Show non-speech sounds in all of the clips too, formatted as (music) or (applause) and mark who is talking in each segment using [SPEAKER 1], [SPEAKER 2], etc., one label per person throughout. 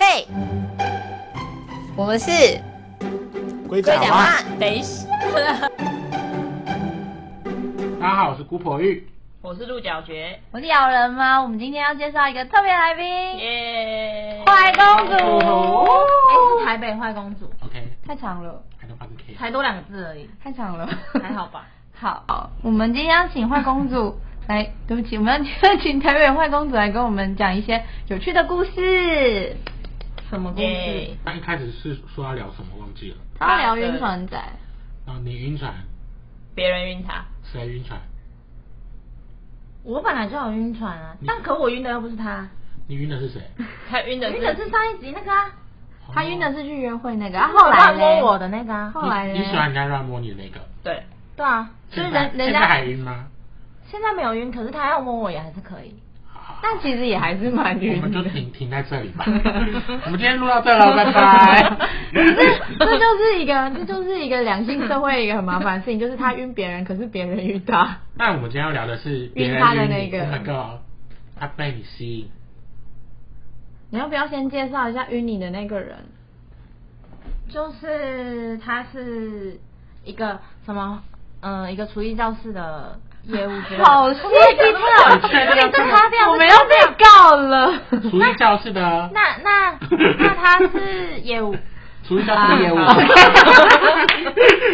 [SPEAKER 1] 位，我们是
[SPEAKER 2] 龟
[SPEAKER 1] 龟
[SPEAKER 2] 甲
[SPEAKER 1] 甲
[SPEAKER 2] 蛙。
[SPEAKER 1] 蛙，
[SPEAKER 3] 等一下，
[SPEAKER 2] 大家好，我是姑婆玉。
[SPEAKER 3] 我是鹿角蕨，
[SPEAKER 4] 我是咬人吗？我们今天要介绍一个特别来
[SPEAKER 5] 哎
[SPEAKER 4] 宾，
[SPEAKER 3] 耶、
[SPEAKER 4] 坏公主。
[SPEAKER 2] 哦
[SPEAKER 4] 哎，是台北坏公主，
[SPEAKER 2] OK，
[SPEAKER 4] 太长了，
[SPEAKER 2] 还能发个 K。啊
[SPEAKER 3] 才多两个字
[SPEAKER 5] (laughs)
[SPEAKER 3] 而已，
[SPEAKER 4] 太长了，
[SPEAKER 3] 还好吧？
[SPEAKER 4] 好，我们今天要请坏公 (laughs) 主来，对不起，我们要今天请台北坏公主来跟我们讲一些有趣的故事。什么故
[SPEAKER 3] 耶
[SPEAKER 4] 事？
[SPEAKER 2] 那一开始是说要聊什么忘记了，
[SPEAKER 4] 她要聊晕船仔，
[SPEAKER 2] 然后你晕船，
[SPEAKER 3] 别人晕他，
[SPEAKER 2] 谁晕船？
[SPEAKER 5] 我本来就有晕船啊
[SPEAKER 2] 你，
[SPEAKER 5] 但可我晕的又不是他，
[SPEAKER 2] 你晕的
[SPEAKER 4] (laughs)
[SPEAKER 2] 是谁？
[SPEAKER 3] 他晕的
[SPEAKER 5] 晕的是上一集那个啊，
[SPEAKER 4] 她晕的是去约会那个，啊，后
[SPEAKER 5] 后
[SPEAKER 4] 来
[SPEAKER 5] 来
[SPEAKER 4] 呢
[SPEAKER 5] 摸我的那个啊，
[SPEAKER 4] 后来
[SPEAKER 2] 你你喜欢
[SPEAKER 4] 呢？
[SPEAKER 2] 人家乱摸你的那个，
[SPEAKER 3] 对，
[SPEAKER 5] 对啊，
[SPEAKER 4] 就是
[SPEAKER 2] 现在
[SPEAKER 4] 人人
[SPEAKER 2] 现
[SPEAKER 4] 家
[SPEAKER 2] 在还晕吗？
[SPEAKER 5] 现在没有晕，可是他要摸我也还是可以。
[SPEAKER 2] 好好
[SPEAKER 4] (laughs)
[SPEAKER 2] 好
[SPEAKER 4] 但其实也还是蛮
[SPEAKER 2] 我
[SPEAKER 4] 晕
[SPEAKER 2] 们就
[SPEAKER 4] 的。
[SPEAKER 2] 停停在这
[SPEAKER 4] (laughs)
[SPEAKER 2] 里吧。我们今天录到这了，拜
[SPEAKER 3] (laughs)
[SPEAKER 2] 拜。
[SPEAKER 4] 这这就是一个，这就是一个两性社会一个很麻烦的事情，就是他晕别人，可是别人晕他。
[SPEAKER 2] 那我们今天要聊的是别人
[SPEAKER 4] 晕他的
[SPEAKER 2] 晕
[SPEAKER 4] 那个
[SPEAKER 2] 你那个，他被你吸引。
[SPEAKER 4] 你要不要先介绍一下晕你的那个人？
[SPEAKER 5] 就是他是一个什么，嗯、一个厨艺教室的业务之类的。
[SPEAKER 4] 好细致
[SPEAKER 2] 我
[SPEAKER 4] 哦，
[SPEAKER 2] 确定要
[SPEAKER 5] 哎这差掉，
[SPEAKER 4] 我们要被告了。
[SPEAKER 2] 厨艺教室的，
[SPEAKER 5] 那那
[SPEAKER 4] (laughs)
[SPEAKER 5] 那他是业
[SPEAKER 3] (laughs)
[SPEAKER 5] 务，
[SPEAKER 2] 厨艺教室的业务
[SPEAKER 5] 啊好，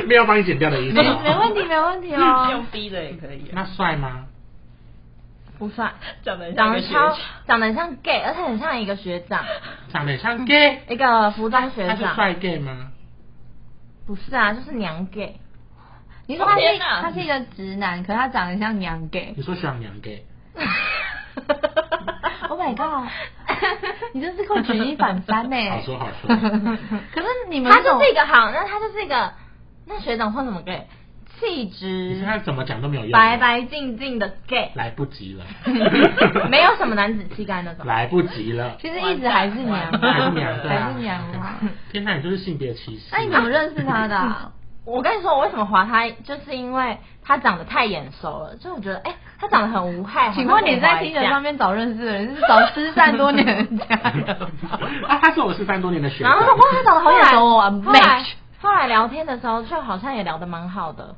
[SPEAKER 2] 没有帮你剪掉的意思
[SPEAKER 5] (laughs)
[SPEAKER 4] 没。没问题，没问题哦
[SPEAKER 3] (laughs) 用。逼的也可以，
[SPEAKER 2] 那帅吗？
[SPEAKER 5] 不算，
[SPEAKER 3] 长得很
[SPEAKER 5] 长
[SPEAKER 3] 像一个学
[SPEAKER 5] 得超
[SPEAKER 3] 长，
[SPEAKER 5] 长得很像 gay，而且很像一个学长，
[SPEAKER 2] 长得像 gay，
[SPEAKER 5] 一个服装学
[SPEAKER 2] 他是
[SPEAKER 5] 长。
[SPEAKER 2] 帅 gay 吗？
[SPEAKER 5] (laughs) 不是啊，就是娘
[SPEAKER 3] (laughs)
[SPEAKER 5] (laughs) gay。
[SPEAKER 4] 你说他是
[SPEAKER 3] 天
[SPEAKER 5] 哦
[SPEAKER 3] 哪
[SPEAKER 4] 他是一个直男，可他长得像娘
[SPEAKER 5] (laughs)
[SPEAKER 4] gay。
[SPEAKER 2] 你说喜欢娘 gay，
[SPEAKER 4] Oh my god！你真是扣举一反三呢。
[SPEAKER 2] 好说好
[SPEAKER 4] (laughs)
[SPEAKER 2] 说。
[SPEAKER 4] 可是你们
[SPEAKER 5] 他
[SPEAKER 4] 这种
[SPEAKER 5] 就是一个好，那他就是一个，那学长算什么 gay？气
[SPEAKER 2] 你
[SPEAKER 5] 质
[SPEAKER 2] 看他怎么讲都没有用，
[SPEAKER 5] 白白净净的
[SPEAKER 2] (laughs)
[SPEAKER 5] gay，，
[SPEAKER 2] 来不
[SPEAKER 4] (laughs)
[SPEAKER 2] 及了
[SPEAKER 5] 没有什么男子气概那种。
[SPEAKER 2] 来不及了，
[SPEAKER 4] 其实一直还是娘，
[SPEAKER 2] 还是娘对啊，
[SPEAKER 4] 还是娘啊。
[SPEAKER 2] 天哪，你就是性别歧视。啊
[SPEAKER 4] 那你怎么认识他的啊？
[SPEAKER 5] 我跟你说，我为什么划他，就是因为他长得太眼熟了，就我觉得，哎、他长得很无
[SPEAKER 2] 哎
[SPEAKER 5] 害。
[SPEAKER 4] 请问你在
[SPEAKER 5] 听
[SPEAKER 4] Tinder 上面找认识的人，是找失散多年人
[SPEAKER 2] (laughs)
[SPEAKER 4] 家的？
[SPEAKER 2] (laughs) 啊，他是我十三多年的学
[SPEAKER 5] 然
[SPEAKER 2] 长
[SPEAKER 4] 啊
[SPEAKER 5] 后。哇，他长得好眼熟
[SPEAKER 4] 后来
[SPEAKER 5] 哦。后来
[SPEAKER 4] 啊 match
[SPEAKER 5] 后来聊天的时候，就好像也聊得蛮好的，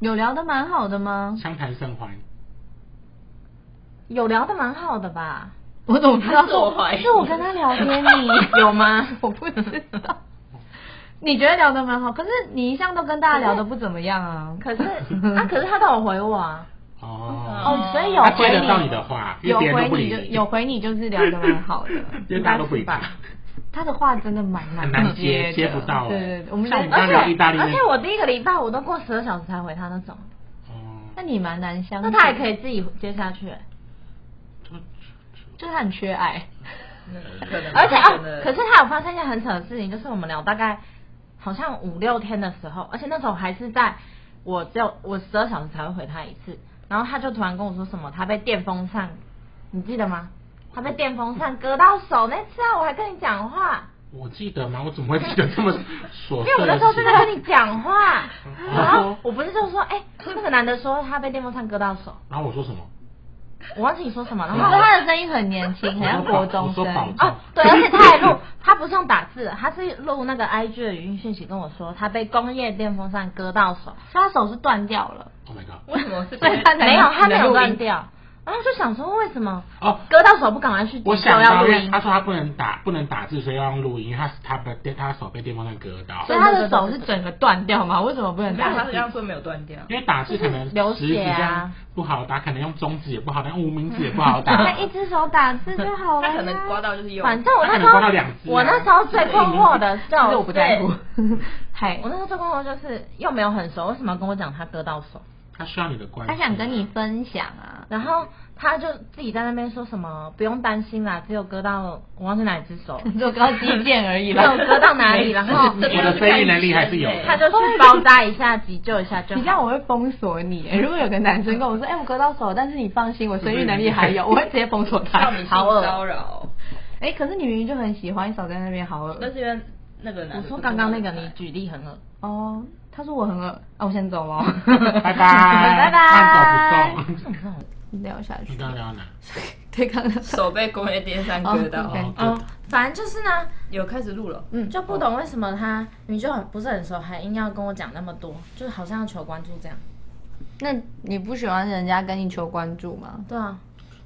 [SPEAKER 4] 有聊得蛮好的吗？
[SPEAKER 2] 相谈甚欢，
[SPEAKER 5] 有聊得蛮好的吧？
[SPEAKER 4] 我怎么知道
[SPEAKER 3] 自我怀疑
[SPEAKER 4] 是我跟他聊天，你 (laughs) 有吗？我不知道。你觉得聊得蛮好，可是你一向都跟大家聊得不怎么样啊。(laughs)
[SPEAKER 5] 可是啊，可是他都有回我啊。
[SPEAKER 2] 哦，
[SPEAKER 4] 嗯
[SPEAKER 5] 哦，所以有
[SPEAKER 2] 他接
[SPEAKER 5] 回
[SPEAKER 2] 得到
[SPEAKER 5] 你
[SPEAKER 2] 你的话，因
[SPEAKER 4] 有
[SPEAKER 2] 为别人
[SPEAKER 4] 回
[SPEAKER 2] 都不
[SPEAKER 4] 你
[SPEAKER 2] 理
[SPEAKER 4] 就有回你就是聊得蛮好的，
[SPEAKER 2] (laughs) 因为大家都不理
[SPEAKER 4] 应该
[SPEAKER 2] 他
[SPEAKER 4] 是吧。他的话真的蛮
[SPEAKER 2] 很
[SPEAKER 4] 难
[SPEAKER 2] 难接
[SPEAKER 4] 的
[SPEAKER 2] 接不到啊
[SPEAKER 4] 对对对，我们
[SPEAKER 2] 像
[SPEAKER 4] 就
[SPEAKER 2] 我们
[SPEAKER 5] 而
[SPEAKER 2] 刚
[SPEAKER 5] 且
[SPEAKER 2] 聊意大利那
[SPEAKER 5] 而且我第一个礼拜我都过十二小时才回他那种，
[SPEAKER 2] 哦，
[SPEAKER 4] (laughs) 那你蛮难相处
[SPEAKER 5] 那
[SPEAKER 4] 的。
[SPEAKER 5] 他也可以
[SPEAKER 4] (laughs)
[SPEAKER 5] 自己接下去欸、
[SPEAKER 4] 就是他很缺爱。
[SPEAKER 3] 嗯可能
[SPEAKER 5] 而且啊
[SPEAKER 3] 可，能
[SPEAKER 5] 可是他有发生一件很扯的事情，就是我们聊大概好像五六天的时候，而且那时候还是在我只有我十二小时才会回他一次，然后他就突然跟我说什么，他被电风扇，你记得吗？他被电风扇割到手那次啊，我还跟你讲话，
[SPEAKER 2] 我记得吗？我怎么会记得这
[SPEAKER 5] (laughs)
[SPEAKER 2] 么琐碎的事？，
[SPEAKER 5] 因为我那时候正在跟你讲话 (laughs) 然后我不是就说，哎、那个男的说他被电风扇割到手，
[SPEAKER 2] 然后我说什么？
[SPEAKER 5] 我忘记你说什么
[SPEAKER 2] 嗯
[SPEAKER 4] 可
[SPEAKER 5] 了，然
[SPEAKER 4] 是
[SPEAKER 5] 后
[SPEAKER 4] 他的声音很年轻，很像国中
[SPEAKER 2] 我说保
[SPEAKER 4] 生。
[SPEAKER 2] 证
[SPEAKER 5] 哦，对，而且他还录，他不是用打字的，他是录那个 IG 的语音讯息跟我说，他被工业电风扇割到手，
[SPEAKER 4] 所以他手是断掉了。
[SPEAKER 2] Oh my god！
[SPEAKER 3] (laughs) 为什么是
[SPEAKER 4] 所以他才
[SPEAKER 5] 没有，他没
[SPEAKER 3] 能录音
[SPEAKER 5] 有断掉，然后就想说为什么
[SPEAKER 2] 哦
[SPEAKER 5] 割到手不赶快去
[SPEAKER 2] 我
[SPEAKER 5] 急救
[SPEAKER 2] 想
[SPEAKER 5] 要
[SPEAKER 2] 到，
[SPEAKER 5] 录
[SPEAKER 2] 因为
[SPEAKER 5] 音
[SPEAKER 2] 他，说他不能打不能打字，所以要用录音，因为他他被电他手被电风扇割到，
[SPEAKER 4] 所以他的手是整个断掉吗？为什么不能
[SPEAKER 3] 没有，
[SPEAKER 4] 打
[SPEAKER 3] 他这
[SPEAKER 4] 字？
[SPEAKER 3] 样说没有断啊掉，
[SPEAKER 2] 因为打字可能
[SPEAKER 5] 就是流
[SPEAKER 2] 食指
[SPEAKER 5] 血
[SPEAKER 2] 这样
[SPEAKER 5] 啊
[SPEAKER 2] 不好打，可能用中指也不好打，用无名指也不好打。
[SPEAKER 4] 他一只手打字就好了。
[SPEAKER 3] 他可能刮到就是右，
[SPEAKER 5] 啊反正我那
[SPEAKER 2] 他
[SPEAKER 5] 时
[SPEAKER 2] 可能刮到两只啊
[SPEAKER 5] 候我那时候最困惑的就
[SPEAKER 4] 其
[SPEAKER 5] 哎是
[SPEAKER 4] 实我不在乎。 (laughs) 嗨
[SPEAKER 5] 我，那时候最困惑就是又没有很熟，为什么要跟我讲他割到手？
[SPEAKER 2] 他需要你的关心，
[SPEAKER 4] 他想跟你 (laughs) 分享啊。
[SPEAKER 5] 然后他就自己在那边说什么不用担心啦，只有割到我忘记哪一只
[SPEAKER 4] (laughs)
[SPEAKER 5] 手了，
[SPEAKER 4] 就割到肌腱而已
[SPEAKER 5] 只
[SPEAKER 4] 啦。
[SPEAKER 5] 有割到哪哎里，然后
[SPEAKER 2] 我的非议能力还是有的
[SPEAKER 5] 他就去包扎一下，急救一下
[SPEAKER 4] (laughs)
[SPEAKER 5] 就好。
[SPEAKER 4] 你这样我会封锁你、如果有个男生跟我说，哎、我割到手，但是你放心，我生育能力还有，我会直接封锁他
[SPEAKER 3] 让。你性
[SPEAKER 4] 好恶。
[SPEAKER 5] (laughs)
[SPEAKER 3] 骚扰，
[SPEAKER 4] 哎、可是你明明就很喜欢，你少在那边好恶。
[SPEAKER 3] 那是因为那个男
[SPEAKER 5] 我
[SPEAKER 3] 的
[SPEAKER 5] 说刚刚那个你
[SPEAKER 3] 不
[SPEAKER 5] 举例很恶，
[SPEAKER 4] 哦，他说我很恶，啊，我先走
[SPEAKER 5] (laughs)
[SPEAKER 4] 了。
[SPEAKER 2] (laughs) 拜
[SPEAKER 4] 拜
[SPEAKER 2] 拜慢
[SPEAKER 4] 拜。
[SPEAKER 2] 走不送。
[SPEAKER 4] 聊下去 (laughs)
[SPEAKER 2] 你。刚刚聊到哪？
[SPEAKER 4] 对，刚刚
[SPEAKER 3] 手被工业电扇割到，
[SPEAKER 4] 哦
[SPEAKER 2] 哦对
[SPEAKER 5] 哦，反正就是呢，
[SPEAKER 3] 有开始录了，
[SPEAKER 5] 嗯，就不懂为什么他你就很不是很熟，还硬要跟我讲那么多，就是好像要求关注这样。
[SPEAKER 4] 那你不喜欢人家跟你求关注吗？
[SPEAKER 5] 对啊，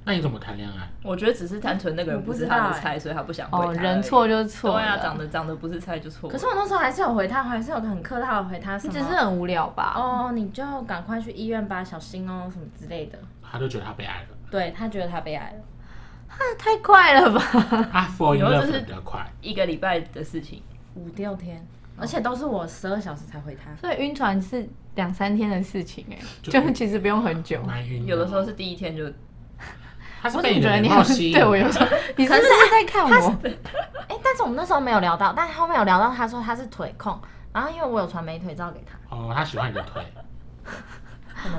[SPEAKER 2] 那你怎么谈恋爱？
[SPEAKER 3] 我觉得只是单纯那个人不是他的菜，所以他不想回他而已。
[SPEAKER 4] 哦人错就错
[SPEAKER 3] 对啊，
[SPEAKER 4] 了
[SPEAKER 3] 长得长得不是菜就错了。
[SPEAKER 5] 可是我那时候还是有回他，还是有很客套的回他什
[SPEAKER 4] 你
[SPEAKER 5] 么，
[SPEAKER 4] 只是很无聊吧？
[SPEAKER 5] 哦，你就赶快去医院吧，小心哦什么之类的。
[SPEAKER 2] 他就觉得他被爱了。
[SPEAKER 5] 对他觉得他被爱了，
[SPEAKER 4] 啊，太快了吧！ (laughs)
[SPEAKER 2] 他 fall in
[SPEAKER 3] 以后
[SPEAKER 2] love
[SPEAKER 3] 就是
[SPEAKER 2] 得比较快，
[SPEAKER 3] 一个礼拜的事情，
[SPEAKER 5] 五六天，而且都是我十二小时才回他。
[SPEAKER 4] 所以晕船是两三天的事情、哎，
[SPEAKER 2] 就
[SPEAKER 4] 就其实不用很
[SPEAKER 2] (laughs)
[SPEAKER 4] 久。
[SPEAKER 2] 蛮晕。
[SPEAKER 3] 有的时候是，第一天就
[SPEAKER 2] 他是
[SPEAKER 4] 我怎
[SPEAKER 2] 被
[SPEAKER 4] 么
[SPEAKER 2] 你
[SPEAKER 4] 觉得
[SPEAKER 2] 的
[SPEAKER 4] 你
[SPEAKER 2] 美
[SPEAKER 4] 好
[SPEAKER 2] 貌
[SPEAKER 4] 像
[SPEAKER 2] 吸引。
[SPEAKER 4] 对我有时候，你是不是在看我？
[SPEAKER 5] 哎、但是我们那时候没有聊到，但后面有聊到，他说他是腿控，然后因为我有传美腿照给 (laughs) 他，
[SPEAKER 2] (laughs) 哦，他喜欢你的腿。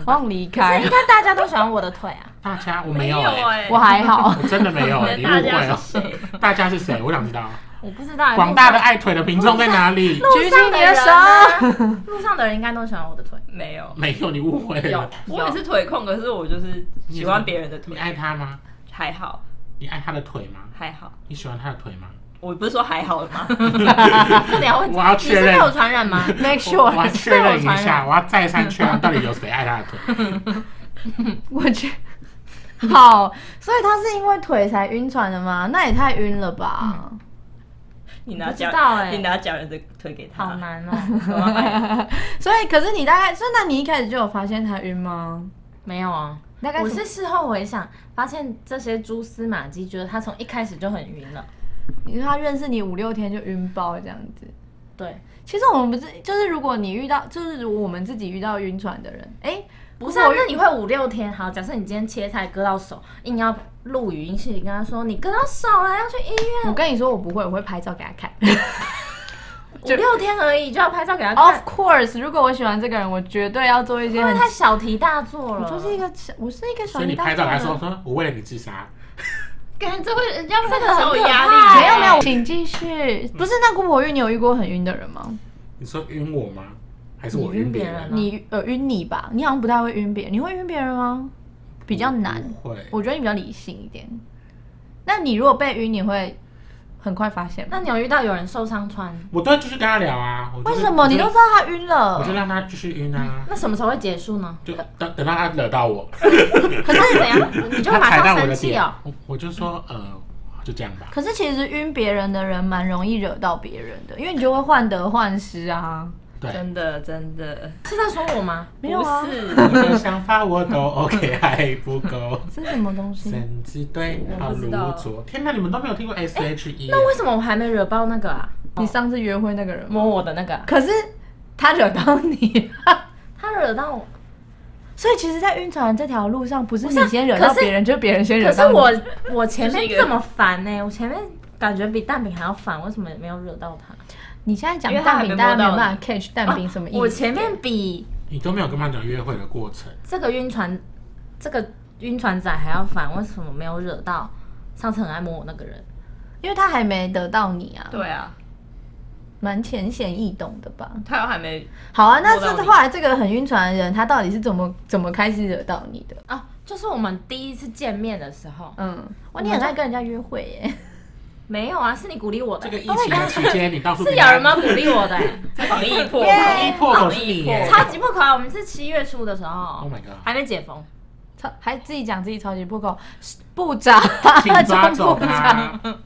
[SPEAKER 4] 我想离开
[SPEAKER 5] 应，该大家都喜欢我的腿啊。
[SPEAKER 2] 大家我没有
[SPEAKER 3] 有
[SPEAKER 2] 哎，
[SPEAKER 3] 哎
[SPEAKER 4] 我还
[SPEAKER 2] (laughs)
[SPEAKER 4] 好。
[SPEAKER 2] 我真的没有哎，你误
[SPEAKER 3] (laughs) 大家
[SPEAKER 2] 会
[SPEAKER 3] 是谁
[SPEAKER 2] 哦。大家是谁？我想知道。
[SPEAKER 5] 我不知道，
[SPEAKER 2] 广大的爱腿的民众在哪里？
[SPEAKER 4] 举
[SPEAKER 5] 路
[SPEAKER 4] 起
[SPEAKER 5] 上
[SPEAKER 4] 你
[SPEAKER 5] 的
[SPEAKER 4] 的
[SPEAKER 5] 人、
[SPEAKER 4] 手，
[SPEAKER 5] 啊，路上的人应该都喜欢我的腿。
[SPEAKER 3] 没
[SPEAKER 2] (laughs)
[SPEAKER 3] 有。
[SPEAKER 2] 没有，你误会了。
[SPEAKER 3] 我也是腿控，可是我就是
[SPEAKER 2] 你也
[SPEAKER 3] 喜
[SPEAKER 2] 是
[SPEAKER 3] 欢别人的
[SPEAKER 2] 你
[SPEAKER 3] 腿，
[SPEAKER 2] 爱他吗？
[SPEAKER 3] 还好
[SPEAKER 2] 你爱他的腿吗？
[SPEAKER 3] 还好。
[SPEAKER 2] 你喜欢他的腿吗？
[SPEAKER 3] 我不是说还好吗？
[SPEAKER 5] (laughs) 不聊问，
[SPEAKER 2] 我要
[SPEAKER 5] 你
[SPEAKER 2] 确
[SPEAKER 5] 是被
[SPEAKER 2] 认
[SPEAKER 5] 我传染
[SPEAKER 2] (laughs)
[SPEAKER 5] 吗？
[SPEAKER 4] Make
[SPEAKER 2] 我我要
[SPEAKER 4] sure，
[SPEAKER 2] 确认一
[SPEAKER 5] 被我传
[SPEAKER 2] 下，
[SPEAKER 5] (laughs) 染
[SPEAKER 2] 我要再三确认到底有谁爱他的腿。
[SPEAKER 4] 我觉 (laughs) 好，所以他是因为腿才晕船的吗？那也太晕了吧！
[SPEAKER 3] 你拿
[SPEAKER 5] 不知道
[SPEAKER 3] 假
[SPEAKER 5] 哎
[SPEAKER 3] 你拿假人的腿给他，
[SPEAKER 5] 好难哦、 (laughs)
[SPEAKER 3] 干嘛 (laughs) 买
[SPEAKER 4] 所以，可是你大概，所以那你一开始就有发现他晕吗？
[SPEAKER 5] 没有啊。
[SPEAKER 4] 大概
[SPEAKER 5] 我
[SPEAKER 4] 什
[SPEAKER 5] 是事后回想，发现这些蛛丝马迹，觉得他从一开始就很晕了。
[SPEAKER 4] 你说他认识你五六天就晕爆这样子。
[SPEAKER 5] 对，
[SPEAKER 4] 其实我们不是，就是如果你遇到，就是如果我们自己遇到晕船的人，哎、
[SPEAKER 5] 不是、啊，那你会五六天好？假设你今天切菜割到手，硬要录语音信息跟他说你割到手了，要去医
[SPEAKER 4] 我
[SPEAKER 5] 院，
[SPEAKER 4] 跟你说我不会，我会拍照给他看。 (laughs)
[SPEAKER 5] 五六天而已就要拍照给他看
[SPEAKER 2] 哦
[SPEAKER 4] of，course，如果我喜欢这个人，我绝对要做一些
[SPEAKER 5] 因为
[SPEAKER 4] 很，
[SPEAKER 5] 他小题大做了。
[SPEAKER 4] 我就是一个小，我是一个小
[SPEAKER 5] 哦
[SPEAKER 2] 所以你
[SPEAKER 4] 题大
[SPEAKER 2] 拍照
[SPEAKER 4] 做
[SPEAKER 2] 来
[SPEAKER 4] 的
[SPEAKER 2] 说，说我为了你自杀，
[SPEAKER 5] 感这会人家这
[SPEAKER 3] 这
[SPEAKER 5] 个
[SPEAKER 3] 个
[SPEAKER 5] 很
[SPEAKER 3] 很
[SPEAKER 5] 可
[SPEAKER 3] 有
[SPEAKER 5] 怕
[SPEAKER 3] 压力
[SPEAKER 4] 没有
[SPEAKER 3] 耶
[SPEAKER 4] 没有，请继续。哎不是那姑婆晕，你有遇过很晕的人吗？
[SPEAKER 2] 你说晕我吗？还是我
[SPEAKER 5] 你晕别
[SPEAKER 2] 别
[SPEAKER 5] 人啊
[SPEAKER 4] 你呃晕你吧，你好像不太会晕别人，你会晕别人吗？比较难，
[SPEAKER 2] 不会，
[SPEAKER 4] 我觉得你比较理性一点。那你如果被晕，你会很快发现
[SPEAKER 5] 那
[SPEAKER 4] 吗？
[SPEAKER 5] 你有遇到有人受伤穿？
[SPEAKER 2] 我都会继续跟他聊啊。我就
[SPEAKER 4] 为
[SPEAKER 2] 是
[SPEAKER 4] 什么
[SPEAKER 2] 我就
[SPEAKER 4] 你都知道他晕了
[SPEAKER 2] 我就？让他继续晕啊，
[SPEAKER 5] 那什么时候会结束呢？
[SPEAKER 2] 就等等到他惹到我，
[SPEAKER 5] 可是怎样，你就
[SPEAKER 2] 他
[SPEAKER 5] 马
[SPEAKER 2] 踩到
[SPEAKER 5] 上
[SPEAKER 2] 我的
[SPEAKER 5] 生气
[SPEAKER 2] 点
[SPEAKER 5] 哦。，
[SPEAKER 2] 我我就说呃，就这样吧。
[SPEAKER 4] 可是其实晕别人的人蛮容易惹到别人的，因为你就会患得患失啊。
[SPEAKER 2] 对，
[SPEAKER 3] 真的真的
[SPEAKER 5] 是在说我吗？
[SPEAKER 4] 没有啊
[SPEAKER 3] 不是
[SPEAKER 2] 你的想法我都 OK，还 (laughs) 不
[SPEAKER 5] (laughs)
[SPEAKER 2] 够。
[SPEAKER 4] 这是什么东西？
[SPEAKER 2] 神之队好
[SPEAKER 3] 我不知
[SPEAKER 2] 如
[SPEAKER 3] 道
[SPEAKER 2] 昨，天哪，你们都没有听过 S H E？
[SPEAKER 5] 那为什么我还没惹爆那个啊？
[SPEAKER 4] 你上次约会那个人吗？
[SPEAKER 5] 摸我的那个啊，
[SPEAKER 4] 可是他惹到你，
[SPEAKER 5] 他惹到我，
[SPEAKER 4] (laughs) 所以其实，在晕船这条路上，不是
[SPEAKER 5] 不是啊
[SPEAKER 4] 你先惹到别人，就是别人先
[SPEAKER 5] 可
[SPEAKER 4] 惹
[SPEAKER 5] 是
[SPEAKER 4] 到你。
[SPEAKER 5] 我我前
[SPEAKER 3] 这是
[SPEAKER 5] 面
[SPEAKER 3] 一个
[SPEAKER 5] 这么烦呢、我前面感觉比蛋饼还要烦，为什么没有惹到他？
[SPEAKER 4] 你现在讲
[SPEAKER 3] 因为他
[SPEAKER 4] 蛋
[SPEAKER 3] 还没
[SPEAKER 4] 饼，
[SPEAKER 3] 摸
[SPEAKER 4] 大家
[SPEAKER 3] 到
[SPEAKER 4] 没有
[SPEAKER 3] 你
[SPEAKER 4] 办法 catch 蛋饼什么意思？
[SPEAKER 5] 我前面比
[SPEAKER 2] 你都没有跟他讲约会的过程？
[SPEAKER 5] 这个晕船这个晕船仔还要烦，为什么没有惹到上次很爱摸我那个人？
[SPEAKER 4] 因为他还没得到你啊，
[SPEAKER 3] (laughs) 对啊，
[SPEAKER 4] 蛮浅显易懂的吧？
[SPEAKER 3] 他又还没
[SPEAKER 4] 好啊，那
[SPEAKER 3] 摸到
[SPEAKER 4] 这
[SPEAKER 3] 你
[SPEAKER 4] 后来这个很晕船的人，他到底是怎么怎么开始惹到你的？
[SPEAKER 5] 哦，就是我们第一次见面的时候，
[SPEAKER 4] 嗯，
[SPEAKER 5] 我
[SPEAKER 4] 哇，
[SPEAKER 5] 们
[SPEAKER 4] 你很爱跟人家约会耶，
[SPEAKER 5] 没有啊，是你鼓励我的、哦啊
[SPEAKER 2] 这个疫情的期间，你到处 (laughs)
[SPEAKER 5] 是
[SPEAKER 2] 跟人
[SPEAKER 5] 有
[SPEAKER 2] 家
[SPEAKER 5] 人吗？哎鼓励我的欸、
[SPEAKER 3] 防 (laughs) 疫破
[SPEAKER 4] 耶
[SPEAKER 3] 防
[SPEAKER 2] 一破口是你耶
[SPEAKER 5] 超级不可爱。我们是七月初的时候
[SPEAKER 2] Oh my god
[SPEAKER 5] 还没解封，
[SPEAKER 4] (laughs) 超还自己讲自己超级破口， (laughs) 部长，
[SPEAKER 2] 请抓走
[SPEAKER 4] 中部长
[SPEAKER 2] 他，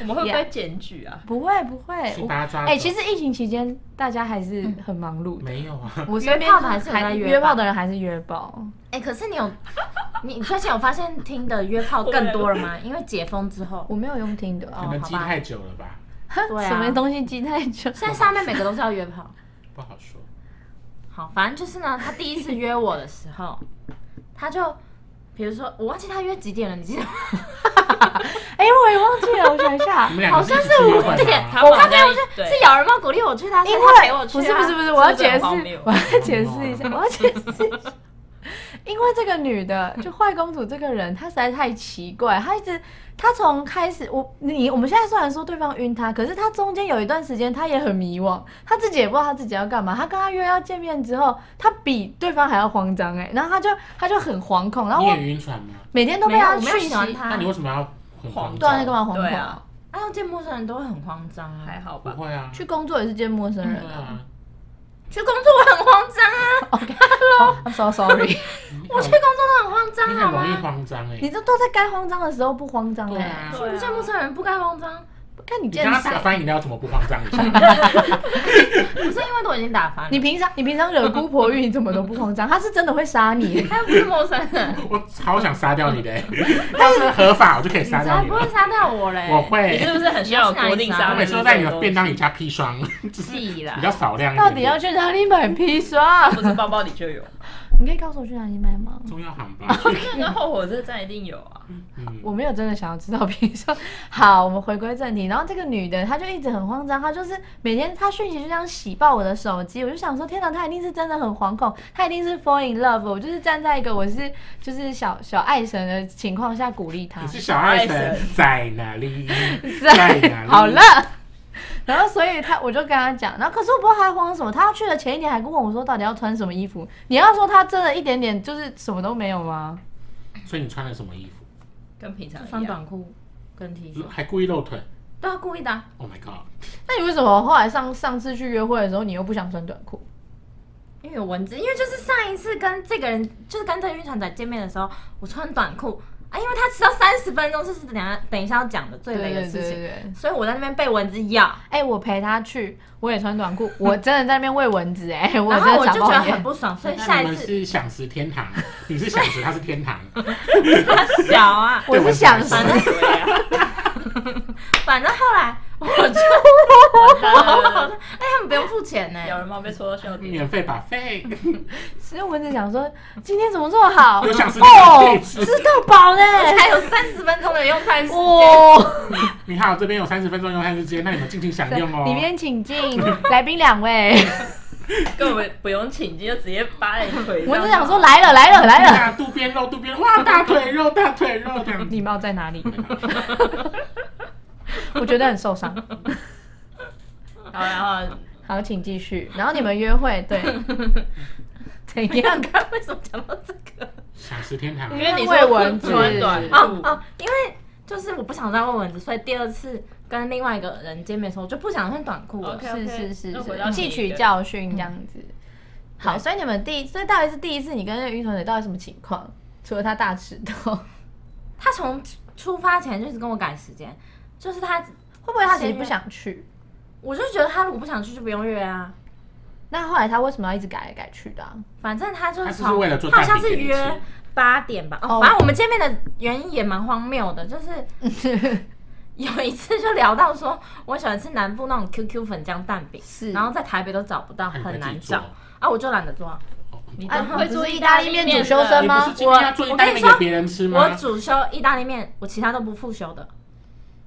[SPEAKER 3] 我们会不会检举啊？
[SPEAKER 4] (laughs) 不会不会，
[SPEAKER 2] 请
[SPEAKER 4] 我
[SPEAKER 2] 把他抓走。
[SPEAKER 4] 哎、其实疫情期间大家还是很忙碌的。
[SPEAKER 2] 没有啊，
[SPEAKER 4] 我身边
[SPEAKER 5] 约炮的还是有在约
[SPEAKER 4] 嗯约
[SPEAKER 5] 炮
[SPEAKER 4] 炮的人还是约炮，
[SPEAKER 5] 哎、可是你有， (laughs) 你最近有发现听的约 (laughs) 炮更多了吗？因为解封之后，
[SPEAKER 4] 我没有用听的
[SPEAKER 2] 可
[SPEAKER 4] 哦。
[SPEAKER 2] 能积
[SPEAKER 5] 好吧
[SPEAKER 2] 太久了吧，
[SPEAKER 5] 对
[SPEAKER 4] (laughs)
[SPEAKER 5] 啊
[SPEAKER 4] 什么东西记太久？
[SPEAKER 5] 现在上面每个都是要约 (laughs) 炮。
[SPEAKER 2] 不好说。
[SPEAKER 5] 好，反正就是呢，他第一次约我的时候，他就，比如说我忘记他约几点了，你记得吗？
[SPEAKER 4] 哎、我也忘记了，我想一下 (laughs)
[SPEAKER 2] 你，们两个
[SPEAKER 5] 好像
[SPEAKER 2] 一起
[SPEAKER 5] 是
[SPEAKER 2] 去约
[SPEAKER 5] 五
[SPEAKER 2] 会吗
[SPEAKER 5] 点，
[SPEAKER 3] 他
[SPEAKER 5] 我
[SPEAKER 3] 把人
[SPEAKER 5] 看
[SPEAKER 3] 家
[SPEAKER 5] 见我就
[SPEAKER 3] 对
[SPEAKER 5] 是有人吗？鼓励我去，他
[SPEAKER 4] 因
[SPEAKER 5] 说他陪
[SPEAKER 4] 为
[SPEAKER 5] 我去、啊，
[SPEAKER 4] 不是不是不是，
[SPEAKER 3] 是
[SPEAKER 4] 我要
[SPEAKER 3] 不是
[SPEAKER 4] 解
[SPEAKER 3] 很
[SPEAKER 4] 释，
[SPEAKER 3] 荒谬
[SPEAKER 4] 我要解释一下，我要解释一
[SPEAKER 5] 哦
[SPEAKER 4] 下。因为这个女的，就坏公主这个人，她实在太奇怪，她一直，她从开始，我你我们现在虽然说对方晕她，可是她中间有一段时间她也很迷惘，她自己也不知道她自己要干嘛。她跟她约要见面之后，她比对方还要慌张哎、然后她就她就都惶
[SPEAKER 5] (laughs)
[SPEAKER 4] 恐，然后
[SPEAKER 2] 你
[SPEAKER 4] 我
[SPEAKER 2] 也晕船吗？
[SPEAKER 4] 每天都被
[SPEAKER 5] 没有
[SPEAKER 4] 她
[SPEAKER 5] 我没有
[SPEAKER 4] 讯息
[SPEAKER 5] 喜欢她
[SPEAKER 2] 那你为什么要很慌张
[SPEAKER 3] 慌
[SPEAKER 4] 对啊，你干嘛惶恐？
[SPEAKER 3] 对啊
[SPEAKER 5] 啊，要见陌生人都会很慌张啊。
[SPEAKER 3] 还好
[SPEAKER 2] 不
[SPEAKER 3] 吧？
[SPEAKER 2] 会啊，
[SPEAKER 4] 去工作也是见陌生
[SPEAKER 5] (laughs)
[SPEAKER 4] 人 (laughs)
[SPEAKER 2] 对
[SPEAKER 4] 啊。
[SPEAKER 2] 啊，
[SPEAKER 5] 去工作我很慌张啊，
[SPEAKER 4] I'm so
[SPEAKER 5] (laughs)
[SPEAKER 4] sorry，
[SPEAKER 5] 我去工作都很慌张，
[SPEAKER 2] 啊
[SPEAKER 5] 啊
[SPEAKER 2] 你
[SPEAKER 5] 好
[SPEAKER 2] 很容易
[SPEAKER 5] 吗？
[SPEAKER 2] 慌张哎
[SPEAKER 4] 啊你，这都在该慌张的时候不慌张
[SPEAKER 2] 对
[SPEAKER 4] 哎、
[SPEAKER 2] 啊，
[SPEAKER 3] 对啊
[SPEAKER 5] 见陌生人不该慌张，
[SPEAKER 4] 看你
[SPEAKER 2] 你
[SPEAKER 4] 见
[SPEAKER 2] 刚刚
[SPEAKER 4] 谁
[SPEAKER 2] 打翻饮料怎么不慌张一
[SPEAKER 4] (laughs)
[SPEAKER 2] 下？
[SPEAKER 5] 不是因为都已经打翻了，
[SPEAKER 4] 你平常你平常
[SPEAKER 2] (laughs)
[SPEAKER 4] 惹姑婆玉，你怎么都不慌张？他是真的会杀你，
[SPEAKER 5] 他又哎不是陌生人，
[SPEAKER 2] 我超想杀掉你的欸，要是合法我就可以
[SPEAKER 5] 你
[SPEAKER 2] 杀掉
[SPEAKER 5] 才
[SPEAKER 2] 你
[SPEAKER 5] 不会
[SPEAKER 2] 了。
[SPEAKER 5] 杀掉我嘞，
[SPEAKER 2] 我
[SPEAKER 3] 你是
[SPEAKER 2] 会，
[SPEAKER 3] 不是很需要有国定
[SPEAKER 2] 我
[SPEAKER 3] 杀
[SPEAKER 5] 我
[SPEAKER 2] 每
[SPEAKER 3] 人
[SPEAKER 2] 次
[SPEAKER 3] 这
[SPEAKER 2] 都
[SPEAKER 3] 种东西？
[SPEAKER 2] 在你的
[SPEAKER 3] (laughs)
[SPEAKER 2] 便当里加砒霜，只是
[SPEAKER 5] 屁啦
[SPEAKER 2] 比较少量一
[SPEAKER 4] 到
[SPEAKER 2] 点点。
[SPEAKER 4] 底要去哪里买砒霜？
[SPEAKER 3] 不是包包里就 (laughs) 有，
[SPEAKER 4] 你可以告诉我去哪里买吗？
[SPEAKER 2] 中药行吧？
[SPEAKER 3] 那个后火车站一定有啊。
[SPEAKER 2] 嗯，
[SPEAKER 4] 我没有真的想要知道砒霜。好，我们回归正题。然后这个女的，她就一直很慌张，她就是每天她讯息就这样洗爆我的手机，我就想说，天哪，她一定是真的很惶恐，她一定是 fall in love。我就是站在一个我是就是小小爱神的情况下鼓励她
[SPEAKER 2] 你。是小爱
[SPEAKER 3] 小爱
[SPEAKER 2] 神在哪里？
[SPEAKER 4] (laughs)
[SPEAKER 2] 在
[SPEAKER 4] 在
[SPEAKER 2] 哪里？
[SPEAKER 4] 好了。然后，所以她我就跟她讲，然后可是我不知道她慌什么。她要去的前一天还跟我说，到底要穿什么衣服？你要说她真的一点点就是什么都没有吗？
[SPEAKER 2] 所以你穿了什么衣服？
[SPEAKER 3] 跟平常
[SPEAKER 5] 穿
[SPEAKER 3] 一样，
[SPEAKER 5] 短裤跟 T 恤，
[SPEAKER 2] 还故意露腿
[SPEAKER 5] 对啊，故意的啊，
[SPEAKER 2] ？Oh my god！
[SPEAKER 4] 那你为什么后来上上次去约会的时候，你又不想穿短裤？
[SPEAKER 5] 因为有蚊子，因为就是上一次跟这个人，就是跟这个晕船仔见面的时候，我穿短裤啊，因为他迟到三十分钟，这是等一下等一下要讲的最累的事情，
[SPEAKER 4] 对。
[SPEAKER 5] 所以我在那边被蚊子咬，
[SPEAKER 4] 哎、我陪他去，我也穿短裤，我真的在那边喂蚊子、 (laughs) 哎，我
[SPEAKER 5] 然
[SPEAKER 4] 真
[SPEAKER 5] 后我
[SPEAKER 4] 的
[SPEAKER 5] 就
[SPEAKER 4] 傻
[SPEAKER 5] 觉得
[SPEAKER 4] 冒
[SPEAKER 5] 很
[SPEAKER 4] 烟。
[SPEAKER 5] 不爽，所以
[SPEAKER 2] 那
[SPEAKER 5] 下
[SPEAKER 2] 你
[SPEAKER 5] 一
[SPEAKER 2] 们
[SPEAKER 5] 次
[SPEAKER 2] 是享食天堂， (laughs) 你是享食，他是天堂。
[SPEAKER 5] 他小啊，
[SPEAKER 4] 我是想
[SPEAKER 2] 对
[SPEAKER 4] 说
[SPEAKER 2] 我
[SPEAKER 5] 反
[SPEAKER 2] 也
[SPEAKER 5] 正
[SPEAKER 3] (laughs) 对
[SPEAKER 5] (laughs)
[SPEAKER 3] 啊，
[SPEAKER 5] 反正后来我就，
[SPEAKER 3] 完
[SPEAKER 5] (laughs) 哎、
[SPEAKER 3] 蛋了
[SPEAKER 5] 他们不用付钱
[SPEAKER 3] (laughs)
[SPEAKER 5] 呢、
[SPEAKER 3] 咬人猫被戳到笑点。
[SPEAKER 2] 免费把费， (laughs)
[SPEAKER 4] 只是蚊子想说，今天怎么这么好？
[SPEAKER 2] 有想吃
[SPEAKER 4] 哦，
[SPEAKER 2] 吃
[SPEAKER 4] 吃到饱 (laughs) 呢、
[SPEAKER 5] 还有三十分钟的用餐时间，
[SPEAKER 4] 哦，
[SPEAKER 2] 你好，这边有三十分钟用餐时间，那你们尽情享用
[SPEAKER 4] (laughs)
[SPEAKER 2] 哦。
[SPEAKER 4] 里面请进来宾两位。
[SPEAKER 3] 根本不用请进，就直接扒在你腿上。
[SPEAKER 4] 蚊子想说，来了来了来了，
[SPEAKER 2] 啊，渡边肉，渡边肉哇，大腿肉，大腿肉这样。
[SPEAKER 4] (laughs) 礼貌在哪里？我觉得很受伤。
[SPEAKER 3] 好，然后
[SPEAKER 4] 好，请继续。然后你们约会，对，怎样？
[SPEAKER 5] 刚刚为什么讲到这个？
[SPEAKER 2] 享食天堂啊
[SPEAKER 3] 因，为你
[SPEAKER 4] 喂
[SPEAKER 3] 说
[SPEAKER 4] 蚊子
[SPEAKER 3] 穿短
[SPEAKER 2] 嗯
[SPEAKER 5] 哦
[SPEAKER 3] 裤，
[SPEAKER 5] 哦，因为就是我不想再问蚊子，所以第二次跟另外一个人见面的时候，我就不想穿短裤了。
[SPEAKER 4] (laughs)
[SPEAKER 3] OK
[SPEAKER 4] 是是是
[SPEAKER 3] 那回
[SPEAKER 4] 是
[SPEAKER 3] 到，你
[SPEAKER 4] 汲取
[SPEAKER 3] 的
[SPEAKER 4] 教训这样子。好，所以你们第一，所以到底是第一次你跟那个晕船仔到底什么情况？除了他大迟到，会
[SPEAKER 5] 他从出发前就一直跟我赶时间，就是他，
[SPEAKER 4] 不会他其实
[SPEAKER 5] 谁
[SPEAKER 4] 不想去？
[SPEAKER 5] 我就觉得他如果不想去就不用约啊。
[SPEAKER 4] 那后来他为什么要一直改来改去的啊、
[SPEAKER 5] 反正他就是
[SPEAKER 2] 他是
[SPEAKER 5] 从
[SPEAKER 2] 不是为了做
[SPEAKER 5] 他好像
[SPEAKER 2] 蛋饼
[SPEAKER 5] 是
[SPEAKER 2] 给你
[SPEAKER 5] 约八点吧，哦，
[SPEAKER 4] 哦
[SPEAKER 5] 反正我们见面的原因也蛮荒谬的，就是有一次就聊到说，我喜欢吃南部那种 QQ 粉浆蛋饼，
[SPEAKER 4] 是
[SPEAKER 5] 然后在台北都找不到，
[SPEAKER 2] 那你会
[SPEAKER 5] 很
[SPEAKER 2] 自己
[SPEAKER 5] 难
[SPEAKER 2] 做哦
[SPEAKER 5] 找啊，我就懒得做啊。
[SPEAKER 3] 你
[SPEAKER 4] 啊 (laughs)
[SPEAKER 3] 等
[SPEAKER 4] 你
[SPEAKER 3] 会
[SPEAKER 4] 不
[SPEAKER 3] 做
[SPEAKER 4] 是
[SPEAKER 3] 意
[SPEAKER 4] 意
[SPEAKER 3] 大
[SPEAKER 4] 大
[SPEAKER 3] 利
[SPEAKER 4] 利
[SPEAKER 3] 面
[SPEAKER 4] 面主修
[SPEAKER 3] 的
[SPEAKER 4] 生
[SPEAKER 2] 你
[SPEAKER 4] 吗
[SPEAKER 2] 啊不是今天要做意大利面给别人吃
[SPEAKER 5] 我
[SPEAKER 2] 吗？
[SPEAKER 5] 主修意大利面，我其他都不复修的，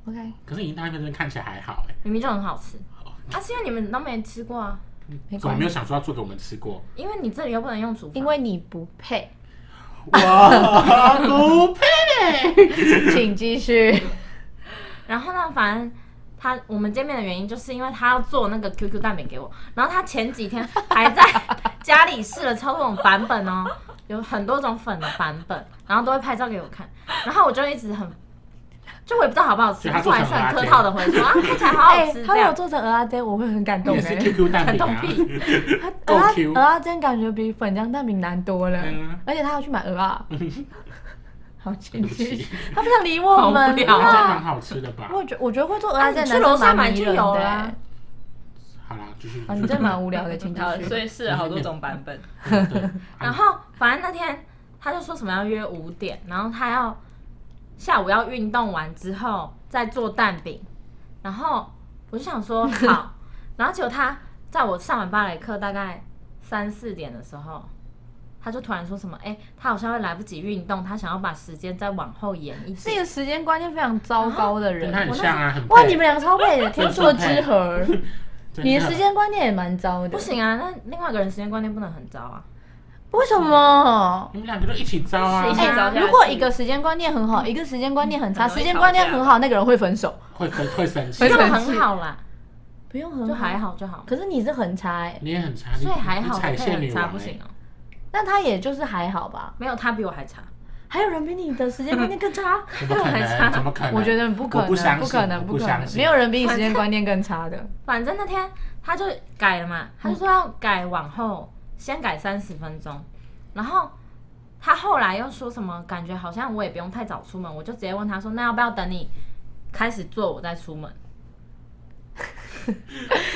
[SPEAKER 4] ？OK，
[SPEAKER 2] 可是你意大利面真的看起来还好哎，
[SPEAKER 5] 明明就很好吃
[SPEAKER 2] 好。
[SPEAKER 5] 啊，是因为你们都没吃过啊，
[SPEAKER 4] 没
[SPEAKER 2] 怎么
[SPEAKER 4] 关
[SPEAKER 2] 没有
[SPEAKER 4] 系，
[SPEAKER 2] 想说要做给我们吃过？
[SPEAKER 5] 因为你这里又不能用厨房，
[SPEAKER 4] 因为你不配，
[SPEAKER 2] 哇，不配！
[SPEAKER 4] 请继续。
[SPEAKER 5] 然后呢，反正他我们见面的原因，就是因为他要做那个 QQ 蛋饼给我，然后他前几天还在 (laughs) 家里试了超多种版本哦，有很多种粉的版本，然后都会拍照给我看，然后我就一直很，就我也不知道好不好
[SPEAKER 2] 所
[SPEAKER 5] 吃，
[SPEAKER 2] 以他
[SPEAKER 5] 后
[SPEAKER 2] 做
[SPEAKER 5] 来
[SPEAKER 2] 成
[SPEAKER 5] 是很
[SPEAKER 2] 了
[SPEAKER 5] 客
[SPEAKER 2] 拉
[SPEAKER 5] 套的回说啊，看起来好好
[SPEAKER 4] (laughs)
[SPEAKER 5] 吃
[SPEAKER 4] 哎他
[SPEAKER 5] 这
[SPEAKER 4] 有
[SPEAKER 5] 样。
[SPEAKER 4] 做成鹅阿珍，我会很感动
[SPEAKER 2] (laughs)
[SPEAKER 4] 欸
[SPEAKER 2] 也
[SPEAKER 4] 的、
[SPEAKER 2] 是 QQ (laughs) 蛋饼啊，
[SPEAKER 4] 鹅
[SPEAKER 2] 够
[SPEAKER 4] 阿
[SPEAKER 2] Q
[SPEAKER 4] 鹅阿珍感觉比粉浆蛋饼难多了，
[SPEAKER 2] 嗯啊
[SPEAKER 4] 而且他要去买鹅啊。
[SPEAKER 2] (laughs)
[SPEAKER 4] 好，请
[SPEAKER 2] 对不
[SPEAKER 4] 继
[SPEAKER 2] 起
[SPEAKER 4] (laughs) 续。他不想理我
[SPEAKER 5] 好无
[SPEAKER 4] 们
[SPEAKER 5] 聊
[SPEAKER 2] 这蛮
[SPEAKER 4] 啦。
[SPEAKER 2] 好吃的吧？
[SPEAKER 4] 我觉我觉得会做鹅阿珍
[SPEAKER 5] 啊
[SPEAKER 4] 的
[SPEAKER 5] 你去
[SPEAKER 4] 男
[SPEAKER 5] 楼
[SPEAKER 4] 生
[SPEAKER 5] 下
[SPEAKER 4] 蛮
[SPEAKER 5] 买
[SPEAKER 4] 迷
[SPEAKER 5] 就
[SPEAKER 4] 人的、
[SPEAKER 5] 有了
[SPEAKER 4] 欸
[SPEAKER 5] 啊。
[SPEAKER 2] 好啦，继续。
[SPEAKER 4] 啊，你真的蛮无聊
[SPEAKER 5] (laughs)
[SPEAKER 4] 的，请继
[SPEAKER 3] 好，所
[SPEAKER 4] 续。
[SPEAKER 3] 以试了好多种版本。
[SPEAKER 4] (laughs)
[SPEAKER 2] 嗯对
[SPEAKER 5] 然后反正那天他就说什么要约五点，然后他要下午要运动完之后再做蛋饼，然后我就想 (laughs) 说好，然后结果他在我上完芭蕾课大概三四点的时候。他就突然说什么，哎、他好像会来不及运动，他想要把时间再往后延一
[SPEAKER 4] 是一
[SPEAKER 5] 点。
[SPEAKER 4] 个时间观念非常糟糕的
[SPEAKER 2] 跟他
[SPEAKER 4] 人。
[SPEAKER 2] 很像啊，很
[SPEAKER 4] 哇，
[SPEAKER 2] 配
[SPEAKER 4] 你们两个超配
[SPEAKER 2] (laughs)
[SPEAKER 4] 的，天作之合。
[SPEAKER 2] 真
[SPEAKER 4] 你的时间观念也蛮糟的。
[SPEAKER 5] 不，行啊，那另外一个人时间观念不能很糟啊。
[SPEAKER 4] 为什么？
[SPEAKER 2] 你们两个都一起招啊
[SPEAKER 3] 是，
[SPEAKER 4] 哎
[SPEAKER 3] 一起糟下去
[SPEAKER 4] 如果一个时间观念很好，一个时间观念很差，
[SPEAKER 3] 很容易
[SPEAKER 4] 时间观念很好，那个人会分手。
[SPEAKER 2] 会分会生气
[SPEAKER 4] 没
[SPEAKER 5] 就
[SPEAKER 4] 错
[SPEAKER 5] 很好啦，
[SPEAKER 4] 不用很
[SPEAKER 5] 就还。好就好，
[SPEAKER 4] 可是你是很差哎，
[SPEAKER 2] 你也很差，你
[SPEAKER 5] 嗯所以还好，
[SPEAKER 2] 你
[SPEAKER 5] 我可
[SPEAKER 2] 踩
[SPEAKER 5] 以
[SPEAKER 2] 线
[SPEAKER 5] 很欸
[SPEAKER 2] 女
[SPEAKER 5] 差
[SPEAKER 2] 王
[SPEAKER 5] 不行
[SPEAKER 2] 欸
[SPEAKER 5] 哦、
[SPEAKER 4] 那他也就是还好吧。
[SPEAKER 5] 没有他比我还差。
[SPEAKER 4] 还有人比你的时间观念更
[SPEAKER 2] (laughs)
[SPEAKER 4] 啊差，
[SPEAKER 2] 欸怎
[SPEAKER 4] (laughs)
[SPEAKER 2] 么可能？怎么可能？
[SPEAKER 4] 我觉得不可
[SPEAKER 2] 我不
[SPEAKER 4] 能，
[SPEAKER 2] 相
[SPEAKER 4] 不
[SPEAKER 2] 信，
[SPEAKER 4] 可能，
[SPEAKER 2] 我
[SPEAKER 4] 不
[SPEAKER 2] 不
[SPEAKER 4] 可
[SPEAKER 2] 相
[SPEAKER 4] 能，
[SPEAKER 2] 信，
[SPEAKER 4] 没有人比你时间观念更差的。
[SPEAKER 5] 反正那天他就改了嘛，他就说要改往后，先改三十分钟，然后他后来又说什么，感觉好像我也不用太早出门，我就直接问他说，那要不要等你开始做我再出门？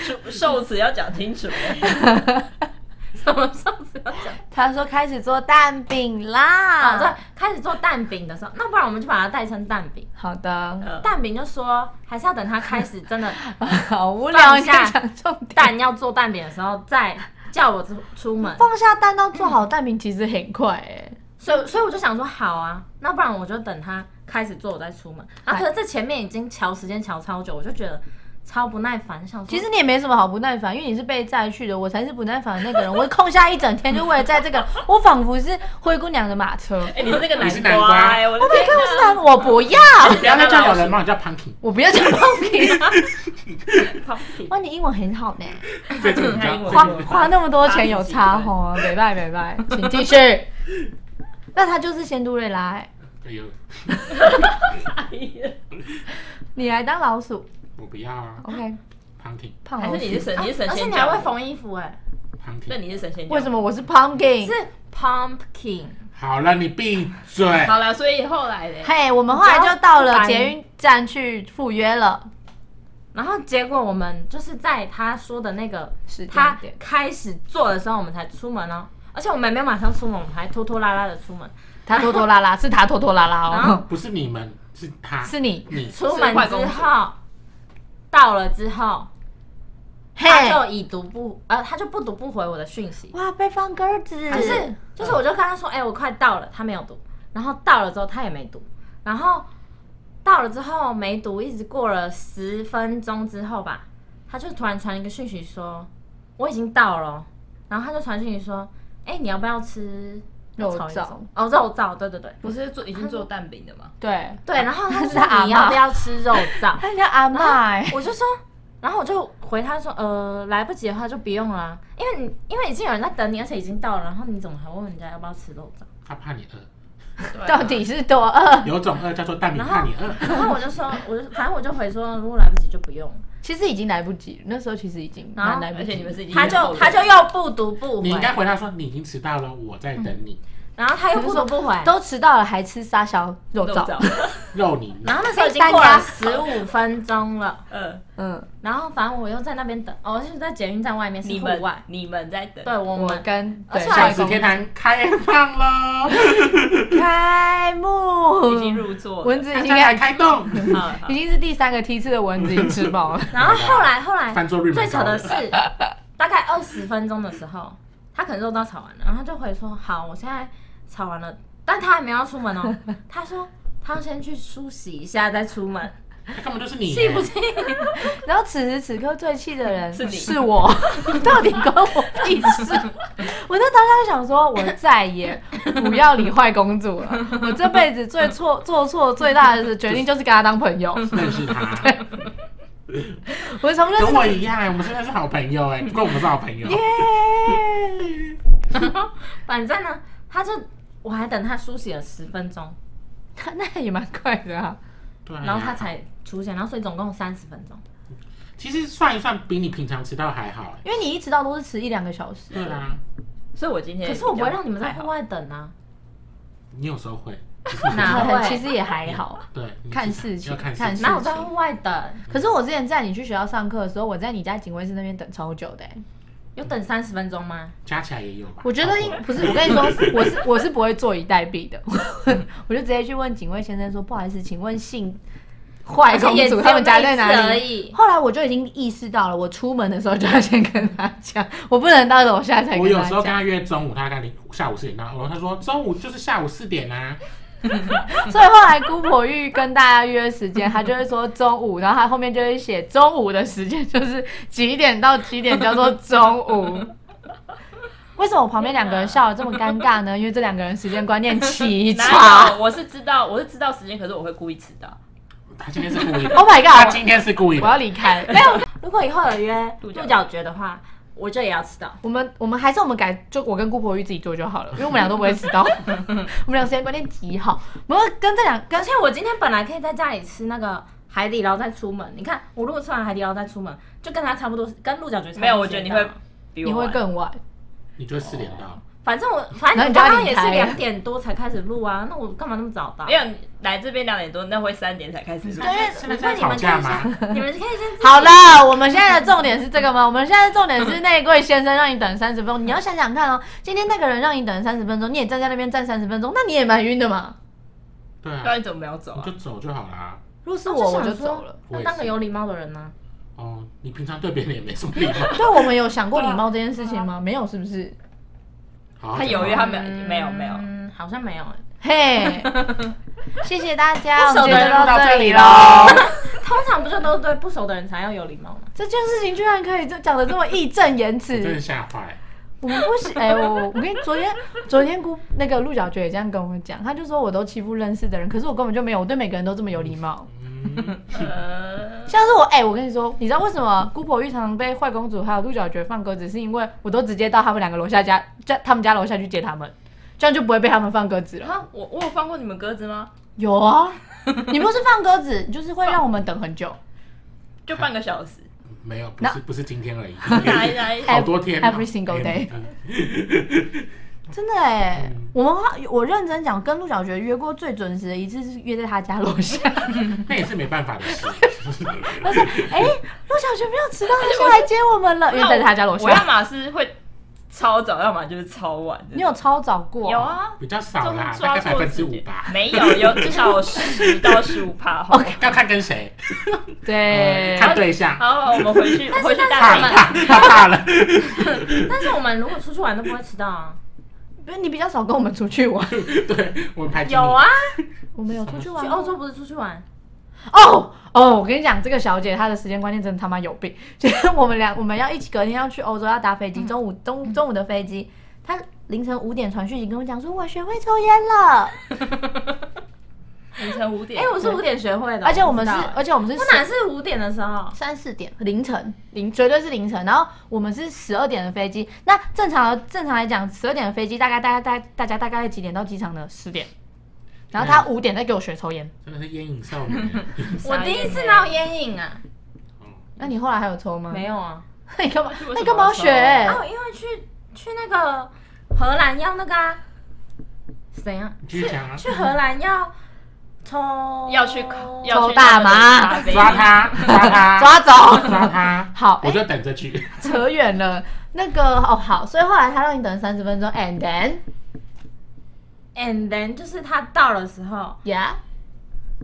[SPEAKER 3] 受受词要讲清楚。
[SPEAKER 5] 什么时候只有讲？
[SPEAKER 4] (laughs) 他说开始做蛋饼啦，
[SPEAKER 5] 啊，对，开始做蛋饼的时候，那不然我们就把它代称蛋饼。
[SPEAKER 4] 好 (laughs) 的，
[SPEAKER 3] 嗯
[SPEAKER 5] 蛋饼就说还是要等他开始真的
[SPEAKER 4] 好无聊，
[SPEAKER 5] 放
[SPEAKER 4] 你在
[SPEAKER 5] 下
[SPEAKER 4] 讲重点。
[SPEAKER 5] 蛋要做蛋饼的时候再叫我出出门。
[SPEAKER 4] 放下蛋到做好蛋饼其实很快哎、
[SPEAKER 5] 所以所以我就想说，好啊，那不然我就等他开始做，我再出门。啊，
[SPEAKER 4] 嗨
[SPEAKER 5] 可是这前面已经瞧时间瞧超久，我就觉得超不耐烦，啊想说
[SPEAKER 4] 其实你也没什么好不耐烦，因为你是被载去的，我才是不耐烦的那个人。 (laughs) 我空下一整天就为了载这 (laughs) 个，我仿佛是灰姑娘的马车。
[SPEAKER 3] 哎，你是那个
[SPEAKER 2] 你是
[SPEAKER 3] 南
[SPEAKER 2] 南
[SPEAKER 3] 瓜
[SPEAKER 2] 瓜
[SPEAKER 3] 哎，我的天
[SPEAKER 4] 看我是男，
[SPEAKER 3] 哪！
[SPEAKER 4] 我不要，
[SPEAKER 2] 你不要再叫老人猫，你叫 Punky，
[SPEAKER 4] (laughs) 我不要讲 Pumpkin。
[SPEAKER 3] 放 (laughs) 屁
[SPEAKER 4] 哇，你英文很好呢，
[SPEAKER 2] 这次
[SPEAKER 4] (laughs)
[SPEAKER 2] 你
[SPEAKER 3] 你
[SPEAKER 4] 花
[SPEAKER 3] 看
[SPEAKER 2] 叫
[SPEAKER 3] 我
[SPEAKER 4] 花那么多钱有差哦，没拜没拜，请继续。那他就是仙都瑞拉、欸，
[SPEAKER 2] 哎呦，
[SPEAKER 3] 哎呀
[SPEAKER 4] 你来当老鼠
[SPEAKER 2] 我不要啊
[SPEAKER 4] ，OK，
[SPEAKER 2] ，Punky
[SPEAKER 4] 胖
[SPEAKER 3] 还
[SPEAKER 4] 老
[SPEAKER 3] 是你是
[SPEAKER 4] 鼠。
[SPEAKER 3] 神，你是神
[SPEAKER 5] 而且
[SPEAKER 3] 仙
[SPEAKER 5] 你还
[SPEAKER 3] 教
[SPEAKER 5] 会
[SPEAKER 3] 的，
[SPEAKER 5] 缝衣服哎、
[SPEAKER 3] 那
[SPEAKER 2] Punky，
[SPEAKER 3] 你是神仙教的
[SPEAKER 4] 为什么我是 Pumpkin？
[SPEAKER 5] 是 pumpkin，
[SPEAKER 2] 好了，你闭嘴。
[SPEAKER 3] 好了，所以后来嘞，
[SPEAKER 4] 嘿我们后来就到
[SPEAKER 5] 不
[SPEAKER 4] 了
[SPEAKER 5] 要
[SPEAKER 4] 捷运站去赴约了。
[SPEAKER 5] 然后结果我们就是在他说的那个
[SPEAKER 4] 时间
[SPEAKER 5] 他
[SPEAKER 4] 点
[SPEAKER 5] 开始做的时候，我们才出门哦。而且我们也没有马上出门，我们还拖拖拉拉的出门。
[SPEAKER 4] 他拖拖拉拉，是他拖拖拉拉
[SPEAKER 5] 然后
[SPEAKER 4] 哦，
[SPEAKER 2] 不是你们，是他，
[SPEAKER 4] 是你，
[SPEAKER 2] 你。
[SPEAKER 5] 出门
[SPEAKER 3] 坏
[SPEAKER 5] 之
[SPEAKER 3] 公子
[SPEAKER 5] 后，到了之后，
[SPEAKER 4] 嘿，
[SPEAKER 5] 他就已读不呃，他就不读不回我的讯息。
[SPEAKER 4] 哇，被放鸽子，
[SPEAKER 5] 可是就是我就跟他说，哎、我快到了，他没有读，然后到了之后他也没读，然后到了之后没读，一直过了十分钟之后吧，他就突然传一个讯息说我已经到了哦，然后他就传讯息说，哎、你要不要吃
[SPEAKER 4] 肉
[SPEAKER 5] 炒一
[SPEAKER 4] 燥
[SPEAKER 5] 种？哦，肉燥，对
[SPEAKER 4] (laughs)
[SPEAKER 5] 对对。
[SPEAKER 3] 不是做已经做蛋饼的吗？
[SPEAKER 4] 对，
[SPEAKER 5] 对，然后他
[SPEAKER 4] 是他
[SPEAKER 5] 说你
[SPEAKER 4] 阿嬷
[SPEAKER 5] 要不要吃肉燥？
[SPEAKER 4] 他叫阿麦，
[SPEAKER 5] 我就说，然后我就回他说，呃，来不及的话就不用啦、因为你因为已经有人在等你，而且已经到了，然后你怎么还问人家要不要吃肉燥？
[SPEAKER 2] 他怕你饿，
[SPEAKER 3] 对啊
[SPEAKER 4] 到底是多饿？
[SPEAKER 2] 有种饿叫做但你怕你饿。
[SPEAKER 5] 然后我就说，我就反正我就回说，如果来不及就不用。
[SPEAKER 4] 其实已经来不及了，那时候其实已经
[SPEAKER 5] 然后
[SPEAKER 4] 蛮来不
[SPEAKER 3] 而且
[SPEAKER 4] 及
[SPEAKER 3] 你们
[SPEAKER 4] 了。
[SPEAKER 3] 是已经
[SPEAKER 5] 他就他就又不读不
[SPEAKER 2] 你
[SPEAKER 5] 回
[SPEAKER 2] 应，该回答说你已经迟到了，我在等你。
[SPEAKER 5] 然后他又不读哎不回，
[SPEAKER 4] 都迟到了，还吃沙小肉
[SPEAKER 3] 肉
[SPEAKER 4] 燥，
[SPEAKER 3] 燥，
[SPEAKER 2] 肉你
[SPEAKER 5] 然后那时候已经过了十五分钟了，
[SPEAKER 3] (laughs)
[SPEAKER 4] (laughs)
[SPEAKER 3] 嗯，
[SPEAKER 4] 嗯，
[SPEAKER 5] 然后反正我又在那边等，哦，就是在捷运站外面是
[SPEAKER 3] 你
[SPEAKER 5] 户
[SPEAKER 3] 们
[SPEAKER 5] 外，
[SPEAKER 3] 你们在等，
[SPEAKER 5] 对我
[SPEAKER 4] 我
[SPEAKER 5] 们
[SPEAKER 4] 跟
[SPEAKER 5] 而
[SPEAKER 4] 对
[SPEAKER 5] 且
[SPEAKER 2] 小
[SPEAKER 5] 还
[SPEAKER 2] 吃天堂开放喽，
[SPEAKER 4] 开幕，
[SPEAKER 3] 已经入座了，
[SPEAKER 4] 蚊子
[SPEAKER 2] 大
[SPEAKER 4] 已
[SPEAKER 2] 家
[SPEAKER 4] 经
[SPEAKER 2] 来开动。
[SPEAKER 3] 好好
[SPEAKER 4] 已经是第三个梯次的蚊子已经吃饱了，
[SPEAKER 5] 然后后来后来
[SPEAKER 2] 犯罪率蛮
[SPEAKER 5] 最扯
[SPEAKER 2] 高
[SPEAKER 5] 的
[SPEAKER 2] 的
[SPEAKER 5] 是，大概二十分钟的时候，他可能肉燥炒完了，然后他就回说好，我现在炒完了，但他还没有要出门哦，他说他要先去梳洗一下再出
[SPEAKER 2] (laughs)
[SPEAKER 5] 门，
[SPEAKER 2] 他根本就是你，
[SPEAKER 5] 气不气？
[SPEAKER 4] 然后此时此刻最气的人
[SPEAKER 3] 是你
[SPEAKER 4] 是我， (laughs) 到底关我屁事？我那当下就想说，我再也不要理坏公主了。我这辈子最错做错最大的决定就是跟她当朋友。
[SPEAKER 2] 认识他，
[SPEAKER 4] 我从认识
[SPEAKER 2] 跟我一样，我们现在是好朋友哎，不过我们是好朋友。
[SPEAKER 4] 耶，
[SPEAKER 5] 反正呢，他就我还等他梳洗了十分钟，
[SPEAKER 4] 她 (laughs) 那也蛮快的啊。
[SPEAKER 2] 对啊，
[SPEAKER 5] 然后他才出现，然后所以总共三十分钟。
[SPEAKER 2] 其实算一算，比你平常迟到还好哎。
[SPEAKER 4] 因为你一迟到都是迟一两个小时，
[SPEAKER 2] 对啊，
[SPEAKER 3] 所以我
[SPEAKER 4] 嗯
[SPEAKER 3] 今天
[SPEAKER 5] 可是我不会让你们在
[SPEAKER 3] 还好
[SPEAKER 5] 户外等啊，
[SPEAKER 2] 你有时候会，
[SPEAKER 5] 哪会
[SPEAKER 4] 其实也还好。
[SPEAKER 2] 对，你
[SPEAKER 4] 看
[SPEAKER 2] 知
[SPEAKER 4] 事情
[SPEAKER 2] 要看
[SPEAKER 4] 看
[SPEAKER 2] 事情
[SPEAKER 5] 哪有在户外等？
[SPEAKER 4] 可是我之前在你去学校上课的时候，我在你家警卫室那边等超久的欸、
[SPEAKER 5] 有等三十分钟吗？
[SPEAKER 2] 加起来也有吧。
[SPEAKER 4] 我觉得应不是，我
[SPEAKER 5] (laughs)
[SPEAKER 4] 跟你说，我是我是不会坐以待毙的， (laughs) 我就直接去问警卫先生说，不好意思，请问姓坏公主他们家在
[SPEAKER 5] 而且也只有那
[SPEAKER 4] 哪
[SPEAKER 5] 一次而
[SPEAKER 4] 里？
[SPEAKER 5] 已。
[SPEAKER 4] 后来我就已经意识到了，我出门的时候就要先跟他讲，我不能到楼下才
[SPEAKER 2] 我
[SPEAKER 4] 跟
[SPEAKER 2] 有时
[SPEAKER 4] 他
[SPEAKER 2] 候跟
[SPEAKER 4] 讲，
[SPEAKER 2] 他约中午，他跟你下午四点到，然后他说中午就是下午四点啊，
[SPEAKER 4] (laughs) 所以后来姑婆玉跟大家约时间，她就会说中午，然后她后面就会写中午的时间就是几点到几点叫做中午。为什么我旁边两个人笑得这么尴尬呢？因为这两个人时间观念奇
[SPEAKER 3] 哪
[SPEAKER 4] 差
[SPEAKER 3] 有？。我是知道，我是知道时间，可是我会故意迟到。
[SPEAKER 2] 他今
[SPEAKER 4] (laughs)
[SPEAKER 2] 天是故意的。
[SPEAKER 4] Oh my
[SPEAKER 2] 他
[SPEAKER 4] god！
[SPEAKER 3] (laughs)
[SPEAKER 2] 今天是故意
[SPEAKER 4] 我
[SPEAKER 2] 的。
[SPEAKER 4] 要离开，没有
[SPEAKER 5] 如果以后有约
[SPEAKER 3] 鹿
[SPEAKER 5] 鹿
[SPEAKER 3] 角
[SPEAKER 5] 角蕨的话，我就也要迟到。
[SPEAKER 4] 我们我们还是我们改，就我跟姑婆玉自己做就好了，因为我们俩都不会迟
[SPEAKER 3] (laughs)
[SPEAKER 4] 到，我们俩时间观念极好。不过跟这两跟
[SPEAKER 5] 而且我今天本来可以在家里吃那个海底捞再出门，你看我如果吃完海底捞再出门，就跟他差不多，跟鹿角蕨差不多。
[SPEAKER 3] 没有，我觉得你会比我
[SPEAKER 4] 你会
[SPEAKER 3] 晚
[SPEAKER 4] 更晚，
[SPEAKER 2] 你就四点到，
[SPEAKER 5] 反正我反
[SPEAKER 4] 那
[SPEAKER 5] 正
[SPEAKER 4] 你
[SPEAKER 5] 我
[SPEAKER 4] 就要
[SPEAKER 5] 刚刚也是
[SPEAKER 4] 离开了
[SPEAKER 5] 两点多才开始录啊，那我干嘛那么早到？
[SPEAKER 3] 没有你来这边两点多，那会三点才开始录。
[SPEAKER 5] 对，因为
[SPEAKER 2] 现
[SPEAKER 5] 我
[SPEAKER 2] 在在
[SPEAKER 5] 说你们
[SPEAKER 2] 吵
[SPEAKER 5] 可以
[SPEAKER 2] 架吗？
[SPEAKER 5] 先，你们可以先自己
[SPEAKER 4] 好。了，我们现在的重点是这个吗？我们现在的重点是那一位先生让你等三十分钟，你要想想看哦，今天那个人让你等三十分钟，你也站在那边站三十分钟，那你也蛮晕的嘛。
[SPEAKER 2] 对
[SPEAKER 3] 不然
[SPEAKER 2] 啊，
[SPEAKER 3] 你怎么没有走
[SPEAKER 2] 你
[SPEAKER 3] 啊
[SPEAKER 2] 就？走就好啦。
[SPEAKER 4] 如果是
[SPEAKER 5] 那
[SPEAKER 4] 我，我
[SPEAKER 5] 想
[SPEAKER 4] 就
[SPEAKER 5] 说
[SPEAKER 4] 走了。
[SPEAKER 2] 我也
[SPEAKER 5] 那
[SPEAKER 2] 是
[SPEAKER 5] 当个有礼貌的人呢？
[SPEAKER 2] 哦，你平常对别人也没什么礼
[SPEAKER 4] (laughs)
[SPEAKER 2] 貌。
[SPEAKER 4] 对，啊我们有想过礼貌这件事情吗？没有，是不是？
[SPEAKER 2] 好好
[SPEAKER 3] 他
[SPEAKER 2] 讲
[SPEAKER 3] 犹
[SPEAKER 2] 话
[SPEAKER 3] 豫，他没有没有没有。
[SPEAKER 5] 嗯，好像没有欸。
[SPEAKER 4] (laughs) 嘿，谢谢大家，我
[SPEAKER 5] 不
[SPEAKER 4] 们
[SPEAKER 5] 熟
[SPEAKER 4] 今
[SPEAKER 5] 的
[SPEAKER 4] 天
[SPEAKER 5] 人
[SPEAKER 4] 就到
[SPEAKER 5] 到
[SPEAKER 4] 这
[SPEAKER 5] 这
[SPEAKER 4] 里
[SPEAKER 5] 里
[SPEAKER 4] 喽。
[SPEAKER 5] 通常不就都对不熟的人才要有礼
[SPEAKER 4] (laughs)
[SPEAKER 5] 貌吗？
[SPEAKER 4] 这件事情居然可以就讲的这么义正言
[SPEAKER 2] 我真
[SPEAKER 4] 辞 (laughs)
[SPEAKER 2] 的，吓坏。
[SPEAKER 4] 我们不行。哎、我我跟你昨天昨天姑那个鹿角蕨也这样跟我讲，他就说我都欺负认识的人，可是我根本就没有，我对每个人都这么有礼貌。
[SPEAKER 2] 嗯，
[SPEAKER 3] 呃，
[SPEAKER 4] 像是我，哎、我跟你说，你知道为什么姑婆玉常被坏公主还有鹿角蕨放鸽子，是因为我都直接到他们两个楼下家家他们家楼下去接他们，这样就不会被他们放鸽子了。
[SPEAKER 3] 啊，我我有放过你们鸽子吗？
[SPEAKER 4] 有啊， (laughs) 你不是放鸽子，你就是会让我们等很久，
[SPEAKER 3] 就半个
[SPEAKER 2] (laughs)
[SPEAKER 3] 小时。
[SPEAKER 2] 没有，不
[SPEAKER 4] 那
[SPEAKER 2] 是不是今天而已，
[SPEAKER 3] 来来
[SPEAKER 2] 好多天啊
[SPEAKER 4] Every single day
[SPEAKER 2] 嗯
[SPEAKER 4] (laughs) 真的哎、
[SPEAKER 2] 嗯
[SPEAKER 4] 我们花我认真讲，跟陆小觉约过最准时的一次是约在他家楼 (laughs) 下，
[SPEAKER 2] 那也是没办法的事。
[SPEAKER 4] 他说：“哎、陆小觉没有迟到，他下来接 (laughs) 我们了，因为在他家楼
[SPEAKER 3] 我要
[SPEAKER 4] 下。
[SPEAKER 3] 么是会超早，要么就是超晚的。
[SPEAKER 4] 你有超早过？
[SPEAKER 3] 有。啊？
[SPEAKER 2] 比较少啦，大
[SPEAKER 3] 抓
[SPEAKER 2] 概百
[SPEAKER 3] 错
[SPEAKER 2] 分之
[SPEAKER 3] 时
[SPEAKER 2] 五
[SPEAKER 3] 间
[SPEAKER 2] 吧。
[SPEAKER 3] 没有，有至少有十到十五
[SPEAKER 5] (laughs)
[SPEAKER 3] 趴。好
[SPEAKER 4] OK
[SPEAKER 2] 要看跟谁，
[SPEAKER 4] 对
[SPEAKER 2] 呃，
[SPEAKER 4] 啊
[SPEAKER 2] 看对象，
[SPEAKER 3] 好，我们回去回去
[SPEAKER 2] 怕
[SPEAKER 3] 大
[SPEAKER 2] 了
[SPEAKER 3] 家
[SPEAKER 2] 怕他怕了。 (laughs)
[SPEAKER 5] 但是我们如果出去玩都不会迟到啊。
[SPEAKER 4] 不是你比较少跟我们出去玩，
[SPEAKER 2] 对，我们排挤你
[SPEAKER 5] 有啊，，
[SPEAKER 4] (laughs) 我们有出去玩
[SPEAKER 5] 去
[SPEAKER 4] 吗。
[SPEAKER 5] 欧洲不是出去玩？
[SPEAKER 4] 哦哦，我跟你讲，这个小姐她的时间观念真的他妈有病。 (laughs) 就是我们俩，我们要一起隔天要去欧洲，要搭飞机，中午中中午的飞机，她凌晨五点传讯息跟我讲说，我学会抽烟了。
[SPEAKER 3] 凌晨五点。
[SPEAKER 5] 哎，我是五点学会的，
[SPEAKER 4] 而且我们是
[SPEAKER 5] 不知道，欸
[SPEAKER 4] 而且我们是
[SPEAKER 5] 我哪是五点的时候？
[SPEAKER 4] 三四点凌晨凌绝对是凌晨，然后我们是十二点的飞机。那正常的正常来讲，十二点的飞机大概大概大概大家大概几点到机场呢？十点。然后他五点在给我学抽烟，
[SPEAKER 2] 真的是烟瘾少女。哦
[SPEAKER 5] 我第一次
[SPEAKER 3] 哦
[SPEAKER 5] 闹烟瘾啊，
[SPEAKER 4] 那你后来还有抽吗？
[SPEAKER 5] 没
[SPEAKER 4] 有。
[SPEAKER 5] 有啊，
[SPEAKER 4] 那 (laughs) 你干嘛？
[SPEAKER 3] 为什么
[SPEAKER 4] 那你干嘛要学？
[SPEAKER 5] 哦，因为去去那个荷兰要那个啊，怎样？
[SPEAKER 2] 你继续讲啊，
[SPEAKER 5] 去荷兰要抽，
[SPEAKER 3] 要去要
[SPEAKER 4] 抽
[SPEAKER 3] 去
[SPEAKER 4] 大麻
[SPEAKER 3] 咖啡
[SPEAKER 2] 抓他，抓他，
[SPEAKER 4] 抓走。
[SPEAKER 2] 抓他，
[SPEAKER 4] 好，
[SPEAKER 2] 我
[SPEAKER 4] 哎
[SPEAKER 2] 就等着去。
[SPEAKER 4] 扯远了。那个哦，好，所以后来他让你等三十分钟，and then
[SPEAKER 5] ，and then 就是他到的时候，
[SPEAKER 4] yeah，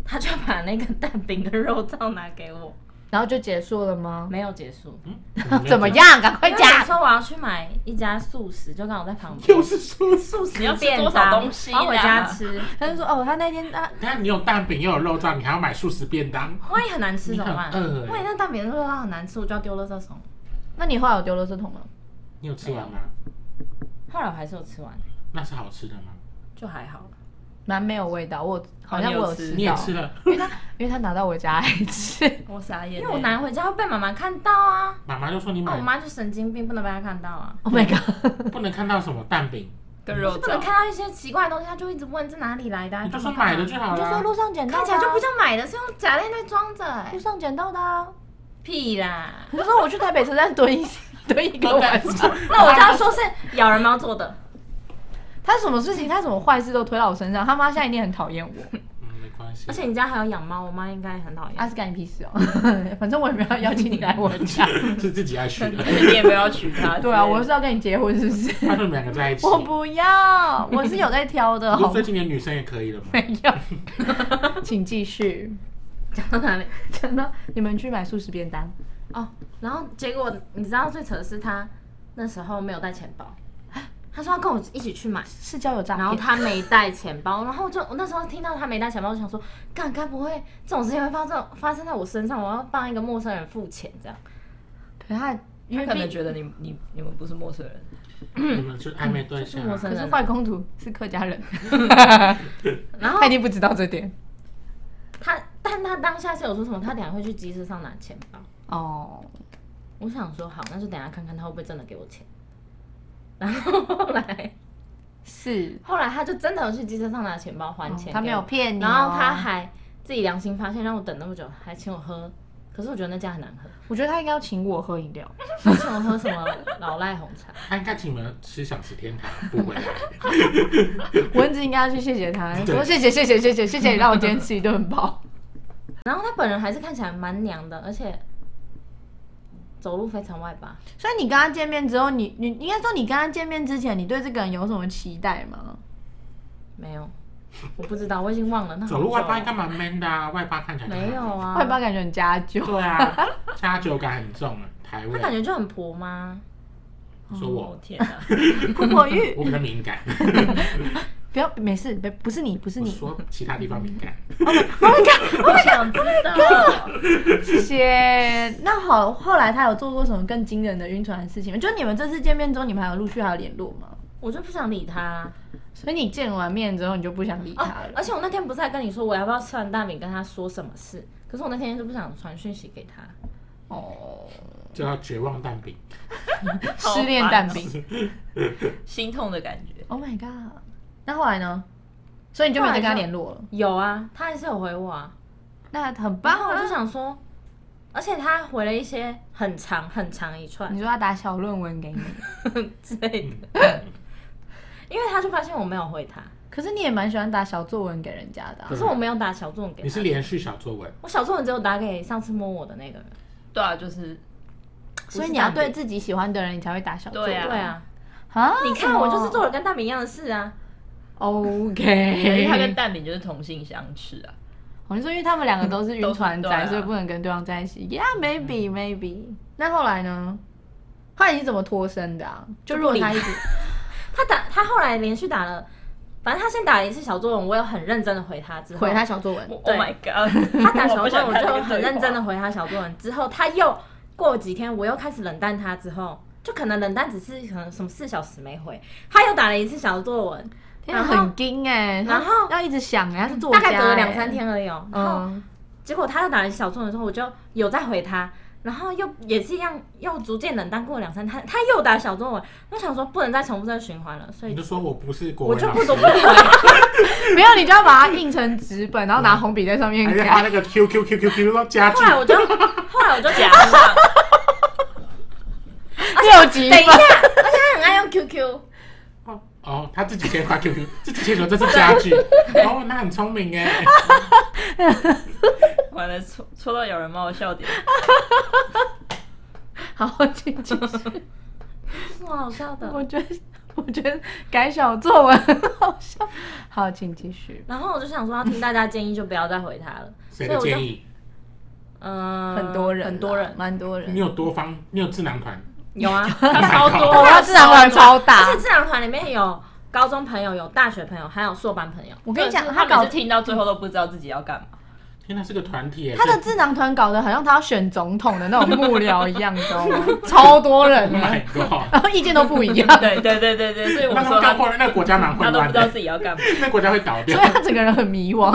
[SPEAKER 5] 他就把那个蛋饼跟肉燥拿给我，
[SPEAKER 4] 然后就结束了吗？
[SPEAKER 5] 没有结束。
[SPEAKER 2] 嗯
[SPEAKER 4] 怎么？样？赶快
[SPEAKER 5] 因为我
[SPEAKER 4] 讲。
[SPEAKER 5] 说我要去买一家素食，就刚好在旁边，
[SPEAKER 2] 又是素 (laughs) 食。
[SPEAKER 5] 素食
[SPEAKER 3] 你要吃
[SPEAKER 5] 便
[SPEAKER 3] 多少
[SPEAKER 5] 当
[SPEAKER 3] 东西
[SPEAKER 5] 我要回
[SPEAKER 3] 啦
[SPEAKER 5] 家吃，
[SPEAKER 4] 他就说哦，他那天他
[SPEAKER 2] 那你有蛋饼又有肉燥，你还要买素食便当，
[SPEAKER 5] 万一很难吃怎么办
[SPEAKER 2] 你很饿？欸
[SPEAKER 5] 万一那蛋饼跟肉燥很难吃，我就要丢垃圾桶。
[SPEAKER 4] 那你后来有丢垃圾桶吗？
[SPEAKER 2] 你有吃完吗？
[SPEAKER 5] 后来我还是有吃完，
[SPEAKER 2] 那是好吃的吗？
[SPEAKER 5] 就还好。
[SPEAKER 4] 蛮没有味道，我好像
[SPEAKER 3] 哦你有
[SPEAKER 4] 我有
[SPEAKER 3] 吃
[SPEAKER 4] 吃到，
[SPEAKER 2] 你也吃了，
[SPEAKER 4] 因为他因为他拿到我家来 (laughs) 吃，
[SPEAKER 3] 我傻眼欸，
[SPEAKER 5] 因为我拿回家会被妈妈看到啊，
[SPEAKER 2] 妈妈就说你
[SPEAKER 5] 那、我
[SPEAKER 2] 买
[SPEAKER 5] 妈就神经病，不能被她看到啊。
[SPEAKER 4] Oh my god！
[SPEAKER 2] 不能看到什么蛋饼，
[SPEAKER 3] 跟肉
[SPEAKER 5] 不能
[SPEAKER 3] 燥。
[SPEAKER 5] 看到一些奇怪的东西，他就一直问这哪里来的、啊，
[SPEAKER 2] 你就说
[SPEAKER 5] 干嘛
[SPEAKER 2] 买的就好
[SPEAKER 4] 我就说
[SPEAKER 2] 了。
[SPEAKER 4] 路上捡到的啊，
[SPEAKER 5] 看起来就不像买的，是用假链袋装着、哎
[SPEAKER 4] 路上捡到的啊。
[SPEAKER 5] 屁啦！
[SPEAKER 4] 我就说我去台北车站蹲一 (laughs) 蹲一个晚上，
[SPEAKER 5] 那我就要 (laughs) 说是咬人猫做的，
[SPEAKER 4] 他什么事情他什么坏事都推到我身上，他妈现在一定很讨厌我。
[SPEAKER 2] 嗯，没关系。
[SPEAKER 5] 而且你家还有养猫，我妈应该很讨厌。
[SPEAKER 4] 啊，是干你屁事哦， (laughs) 反正我也没有邀请你来我家。
[SPEAKER 2] 是自己爱去的。
[SPEAKER 3] (laughs) 你也不要娶她。
[SPEAKER 4] 对啊，我是要跟你结婚是不是？
[SPEAKER 2] 他说你们两个在一起，
[SPEAKER 4] 我不要，我是有在挑的，
[SPEAKER 2] (laughs) 你
[SPEAKER 4] 好
[SPEAKER 2] 说
[SPEAKER 4] 吗
[SPEAKER 2] 最近的女生也可以了吗？
[SPEAKER 4] 没有，请继续。
[SPEAKER 5] 讲到哪里？
[SPEAKER 4] 讲到你们去买素食便当，
[SPEAKER 5] 哦，然后结果你知道最扯的是他那时候没有带钱包，他说要跟我一起去买，
[SPEAKER 4] 是交友诈
[SPEAKER 5] 然后
[SPEAKER 4] 骗。
[SPEAKER 5] 他没带钱包，然后就我那时候听到他没带钱包，我就想说，干该不会这种事情会发生发生在我身上？我要帮一个陌生人付钱这样？
[SPEAKER 4] 可是他因
[SPEAKER 3] 她
[SPEAKER 4] 为
[SPEAKER 3] 可
[SPEAKER 4] 毕
[SPEAKER 3] 能觉得你你你们不是陌生人，
[SPEAKER 2] 你们是暧昧对象
[SPEAKER 5] 就是陌生
[SPEAKER 2] 啊，
[SPEAKER 4] 可
[SPEAKER 5] 人
[SPEAKER 4] 是坏公主是客家人，
[SPEAKER 5] 然后
[SPEAKER 4] 他一定不知道这点。
[SPEAKER 5] 他，但他当下是有说什么？他等下会去集市上拿钱包。
[SPEAKER 4] 哦，
[SPEAKER 5] 我想说好，那就等一下看看他会不会真的给我钱。 (laughs) 然后后来，
[SPEAKER 1] 是
[SPEAKER 5] 后来他就真的有去机车上拿钱包还钱、
[SPEAKER 1] 哦他没有骗你哦
[SPEAKER 5] 然后他还自己良心发现，让我等那么久，还请我喝。可是我觉得那家很难喝，
[SPEAKER 4] 我觉得他应该要请我喝饮料。
[SPEAKER 5] 他请我喝什么老赖红茶，
[SPEAKER 2] 他啊应该请我们吃小吃天堂，不回来。
[SPEAKER 4] 蚊子应该要去谢谢他，
[SPEAKER 2] 对
[SPEAKER 4] 说谢谢谢谢谢谢谢谢你让我今天吃一顿饱。
[SPEAKER 5] (laughs) 然后他本人还是看起来蛮娘的，而且走路非常外八。
[SPEAKER 4] 所以你跟他见面之后，你你应该说你跟他见面之前，你对这个人有什么期待吗？
[SPEAKER 5] 没有，我不知道，我已经忘了。那
[SPEAKER 2] 走路外八
[SPEAKER 5] 八
[SPEAKER 2] 应该蛮 man 的啊，外八看起来就很
[SPEAKER 5] 没有。啊，
[SPEAKER 4] 外八感觉很加 (laughs)
[SPEAKER 5] (laughs)
[SPEAKER 4] 酒，
[SPEAKER 2] 对啊，加酒感很重啊，台
[SPEAKER 5] 他
[SPEAKER 2] 味。
[SPEAKER 5] 感觉就很婆妈，
[SPEAKER 2] 说
[SPEAKER 3] 我
[SPEAKER 2] 我，
[SPEAKER 3] 哦天哪！
[SPEAKER 4] 婆婆玉
[SPEAKER 2] 我比较敏感，
[SPEAKER 4] 不要没事，不不是你不是
[SPEAKER 2] 我
[SPEAKER 4] 你，
[SPEAKER 2] 说其他地方敏感。
[SPEAKER 3] 我想知道，
[SPEAKER 4] 谢谢。那好，后来他有做过什么更惊人的晕船的事情吗？就你们这次见面之后，你们还有陆续还有联络吗？
[SPEAKER 5] 我就不想理他。
[SPEAKER 4] 所以你见完面之后，你就不想理他
[SPEAKER 5] 哦
[SPEAKER 4] 了。，
[SPEAKER 5] 而且我那天不是还跟你说我要不要吃完大饼跟他说什么事，可是我那天就不想传讯息给他。
[SPEAKER 4] 哦，
[SPEAKER 2] 就要绝望蛋饼，
[SPEAKER 5] 啊
[SPEAKER 3] 好
[SPEAKER 4] 失恋蛋
[SPEAKER 5] (laughs)
[SPEAKER 4] 饼。
[SPEAKER 3] 心痛的感觉。
[SPEAKER 4] Oh my god！那后来呢？所以你就没有再跟他联络了？
[SPEAKER 5] 有啊，他还是有回我啊。
[SPEAKER 4] 那很棒
[SPEAKER 5] 然
[SPEAKER 4] 啊！
[SPEAKER 5] 后我就想说，而且他回了一些很长很长一串
[SPEAKER 4] 你说他打小论文给你，
[SPEAKER 5] (laughs) 之类
[SPEAKER 2] 嗯
[SPEAKER 5] 的，因为他就发现我没有回他，
[SPEAKER 4] 可是你也蛮喜欢打小作文给人家的啊、
[SPEAKER 5] 可是我没有打小作文给
[SPEAKER 2] 你是
[SPEAKER 5] 他，
[SPEAKER 2] 连续小作文，
[SPEAKER 5] 我小作文只有打给上次摸我的那个人。
[SPEAKER 3] 对啊，就是
[SPEAKER 4] 所以你要对自己喜欢的人，你才会打小作文。
[SPEAKER 3] 对啊
[SPEAKER 5] 对啊，
[SPEAKER 4] 啊，
[SPEAKER 5] 你看我就是做了跟大饼一样的事啊。 (laughs)
[SPEAKER 3] 可是
[SPEAKER 4] OK。
[SPEAKER 3] 他跟蛋饼就是同性相斥啊。
[SPEAKER 4] 我就说，因为他们两个
[SPEAKER 5] (laughs)
[SPEAKER 4] 都是晕船仔，
[SPEAKER 3] 都是对啊
[SPEAKER 4] 所以不能跟对方在一起。Yeah，maybe
[SPEAKER 5] 嗯
[SPEAKER 4] maybe、那后来呢？后来你是怎么脱身的啊？就如果他一
[SPEAKER 5] (laughs)
[SPEAKER 4] 直
[SPEAKER 5] 他打他后来连续打了，反正他先打了一次小作文，我有很认真的回他，之后
[SPEAKER 4] 回他小作文，
[SPEAKER 3] 我 Oh
[SPEAKER 5] 对
[SPEAKER 3] my god！ (laughs)
[SPEAKER 5] 他打小
[SPEAKER 3] 不
[SPEAKER 5] 作
[SPEAKER 3] 想
[SPEAKER 5] 文，我
[SPEAKER 3] 看这个
[SPEAKER 5] 就很
[SPEAKER 3] 对话
[SPEAKER 5] 认真的回他小作文，之后他又过几天，我又开始冷淡他，之后就可能冷淡只是可能什么四小时没回，他又打了一次小作文，
[SPEAKER 4] 天啊，
[SPEAKER 5] 然后
[SPEAKER 4] 很惊哎、
[SPEAKER 5] 然后
[SPEAKER 4] 要一直想哎、他是作家、
[SPEAKER 5] 大
[SPEAKER 4] 欸，
[SPEAKER 5] 概隔了两三。天而已哦。然后
[SPEAKER 4] 嗯，
[SPEAKER 5] 结果他又打了小作文之后，我就有再回他。然后又也是一样，又逐渐冷淡过了两三，他他又打小作文，我想说不能再重复这个循环了，所以
[SPEAKER 2] 你就说我不是国
[SPEAKER 5] 我
[SPEAKER 2] 文
[SPEAKER 5] 就
[SPEAKER 2] 老
[SPEAKER 5] 不
[SPEAKER 2] 师
[SPEAKER 5] 得，不回。
[SPEAKER 4] 没有，你就要把它印成纸本，然后拿红笔在上
[SPEAKER 5] (laughs)
[SPEAKER 4] 面
[SPEAKER 2] 还是
[SPEAKER 4] 改
[SPEAKER 2] 他。那个 Q Q Q Q Q 都加
[SPEAKER 5] 后
[SPEAKER 2] 进
[SPEAKER 5] 来我就，后来我就假
[SPEAKER 3] 上
[SPEAKER 4] 六级
[SPEAKER 5] 啊等一下
[SPEAKER 4] 分，
[SPEAKER 5] 而且他很爱用 QQ，
[SPEAKER 2] 哦哦，他自己先发 QQ，自己先说这是家具，哦，那很聪明哎，
[SPEAKER 3] 完了戳戳到有人骂我笑点。
[SPEAKER 4] 好，继续。
[SPEAKER 5] 是蛮好笑
[SPEAKER 2] (laughs)
[SPEAKER 4] 我
[SPEAKER 5] 的。
[SPEAKER 4] 觉得， (laughs) 我觉得改小作文很好笑。好，请继续。
[SPEAKER 5] 然后我就想说，要听大家建议，就不要再回他了。所
[SPEAKER 2] 谁
[SPEAKER 5] 以
[SPEAKER 2] 的
[SPEAKER 5] 我就
[SPEAKER 2] 建，议？
[SPEAKER 5] 嗯，
[SPEAKER 4] 很多人，啊
[SPEAKER 5] 很多人
[SPEAKER 4] 蛮多人
[SPEAKER 2] 你。有多方，你有智囊团，
[SPEAKER 5] 有啊，
[SPEAKER 3] 他超多，
[SPEAKER 4] 哦，他智囊团超大
[SPEAKER 5] 而。且智囊团里面有高中朋友，有大学朋友，还有硕班朋友。
[SPEAKER 4] 我跟你讲，
[SPEAKER 3] 就是
[SPEAKER 4] 他
[SPEAKER 3] 他
[SPEAKER 4] 搞
[SPEAKER 3] 每次听到最后都不知道自己要干嘛。
[SPEAKER 2] 天哪，是个团体耶，
[SPEAKER 4] 他的智囊团搞得好像他要选总统的那种幕僚一样，你知道吗？超多人
[SPEAKER 2] 这
[SPEAKER 4] 的，(laughs)
[SPEAKER 2] Oh (laughs) my god，
[SPEAKER 4] 然后意见都不一样，
[SPEAKER 3] 对对对对对，所以我
[SPEAKER 2] 那他
[SPEAKER 3] 们说
[SPEAKER 2] 们
[SPEAKER 3] 他
[SPEAKER 2] 刚混，那个国家蛮
[SPEAKER 3] 他
[SPEAKER 2] 混
[SPEAKER 3] 都不
[SPEAKER 2] 乱
[SPEAKER 3] 知道自
[SPEAKER 2] 的，
[SPEAKER 3] 己要干嘛。
[SPEAKER 2] 那国家会倒
[SPEAKER 4] (laughs)
[SPEAKER 2] 掉
[SPEAKER 4] 所以。他整个人很迷惘。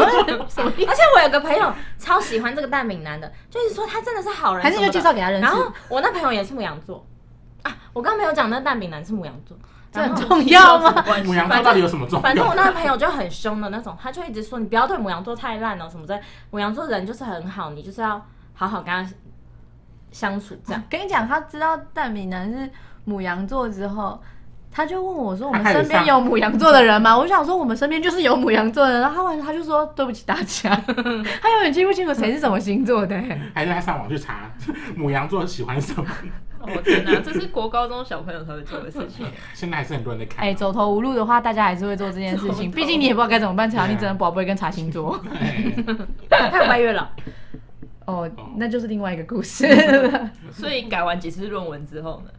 [SPEAKER 4] 什么意思？
[SPEAKER 5] (laughs) 而且我有个朋友超喜欢这个蛋饼男的，就是说他真的是好人什
[SPEAKER 4] 还
[SPEAKER 5] 么
[SPEAKER 4] 是你
[SPEAKER 5] 的。
[SPEAKER 4] 就介绍给他认识
[SPEAKER 5] 然后我那朋友也是母羊座啊，我刚刚没有讲，那蛋饼男是母羊座，
[SPEAKER 4] 这很
[SPEAKER 5] 然后
[SPEAKER 4] 重要吗？
[SPEAKER 2] 母羊座到底有什么重
[SPEAKER 5] 反正我
[SPEAKER 2] 要？
[SPEAKER 5] 那个朋友就很凶的那种，他就一直说你不要对母羊座太烂哦了什么的，母羊座人就是很好，你就是要好好跟他相处这样。
[SPEAKER 4] (laughs) 跟你讲，他知道蛋饼男是母羊座之后，他就问我说：“我们
[SPEAKER 2] 他开始
[SPEAKER 4] 身边
[SPEAKER 2] 上
[SPEAKER 4] 有母羊座的人吗？”我就想说，我们身边就是有母羊座的人。然后他完，他就说：“对不起大家， (laughs) 他永远记不清楚谁是什么星座的、
[SPEAKER 2] 还是他上网去查母羊座喜欢什么？
[SPEAKER 3] 我哦天哪，这是国高中小朋友才会做的事情。
[SPEAKER 2] 现在还是很多人在看。啊
[SPEAKER 4] 哎、走投无路的话，大家还是会做这件事情。毕竟你也不知道该怎么办，才好
[SPEAKER 2] 对啊
[SPEAKER 4] 你只能宝贝跟查星座。
[SPEAKER 2] 哎
[SPEAKER 5] 他有拜月老，
[SPEAKER 4] 哦，那就是另外一个故事。
[SPEAKER 3] 所以改完几次论文之后呢，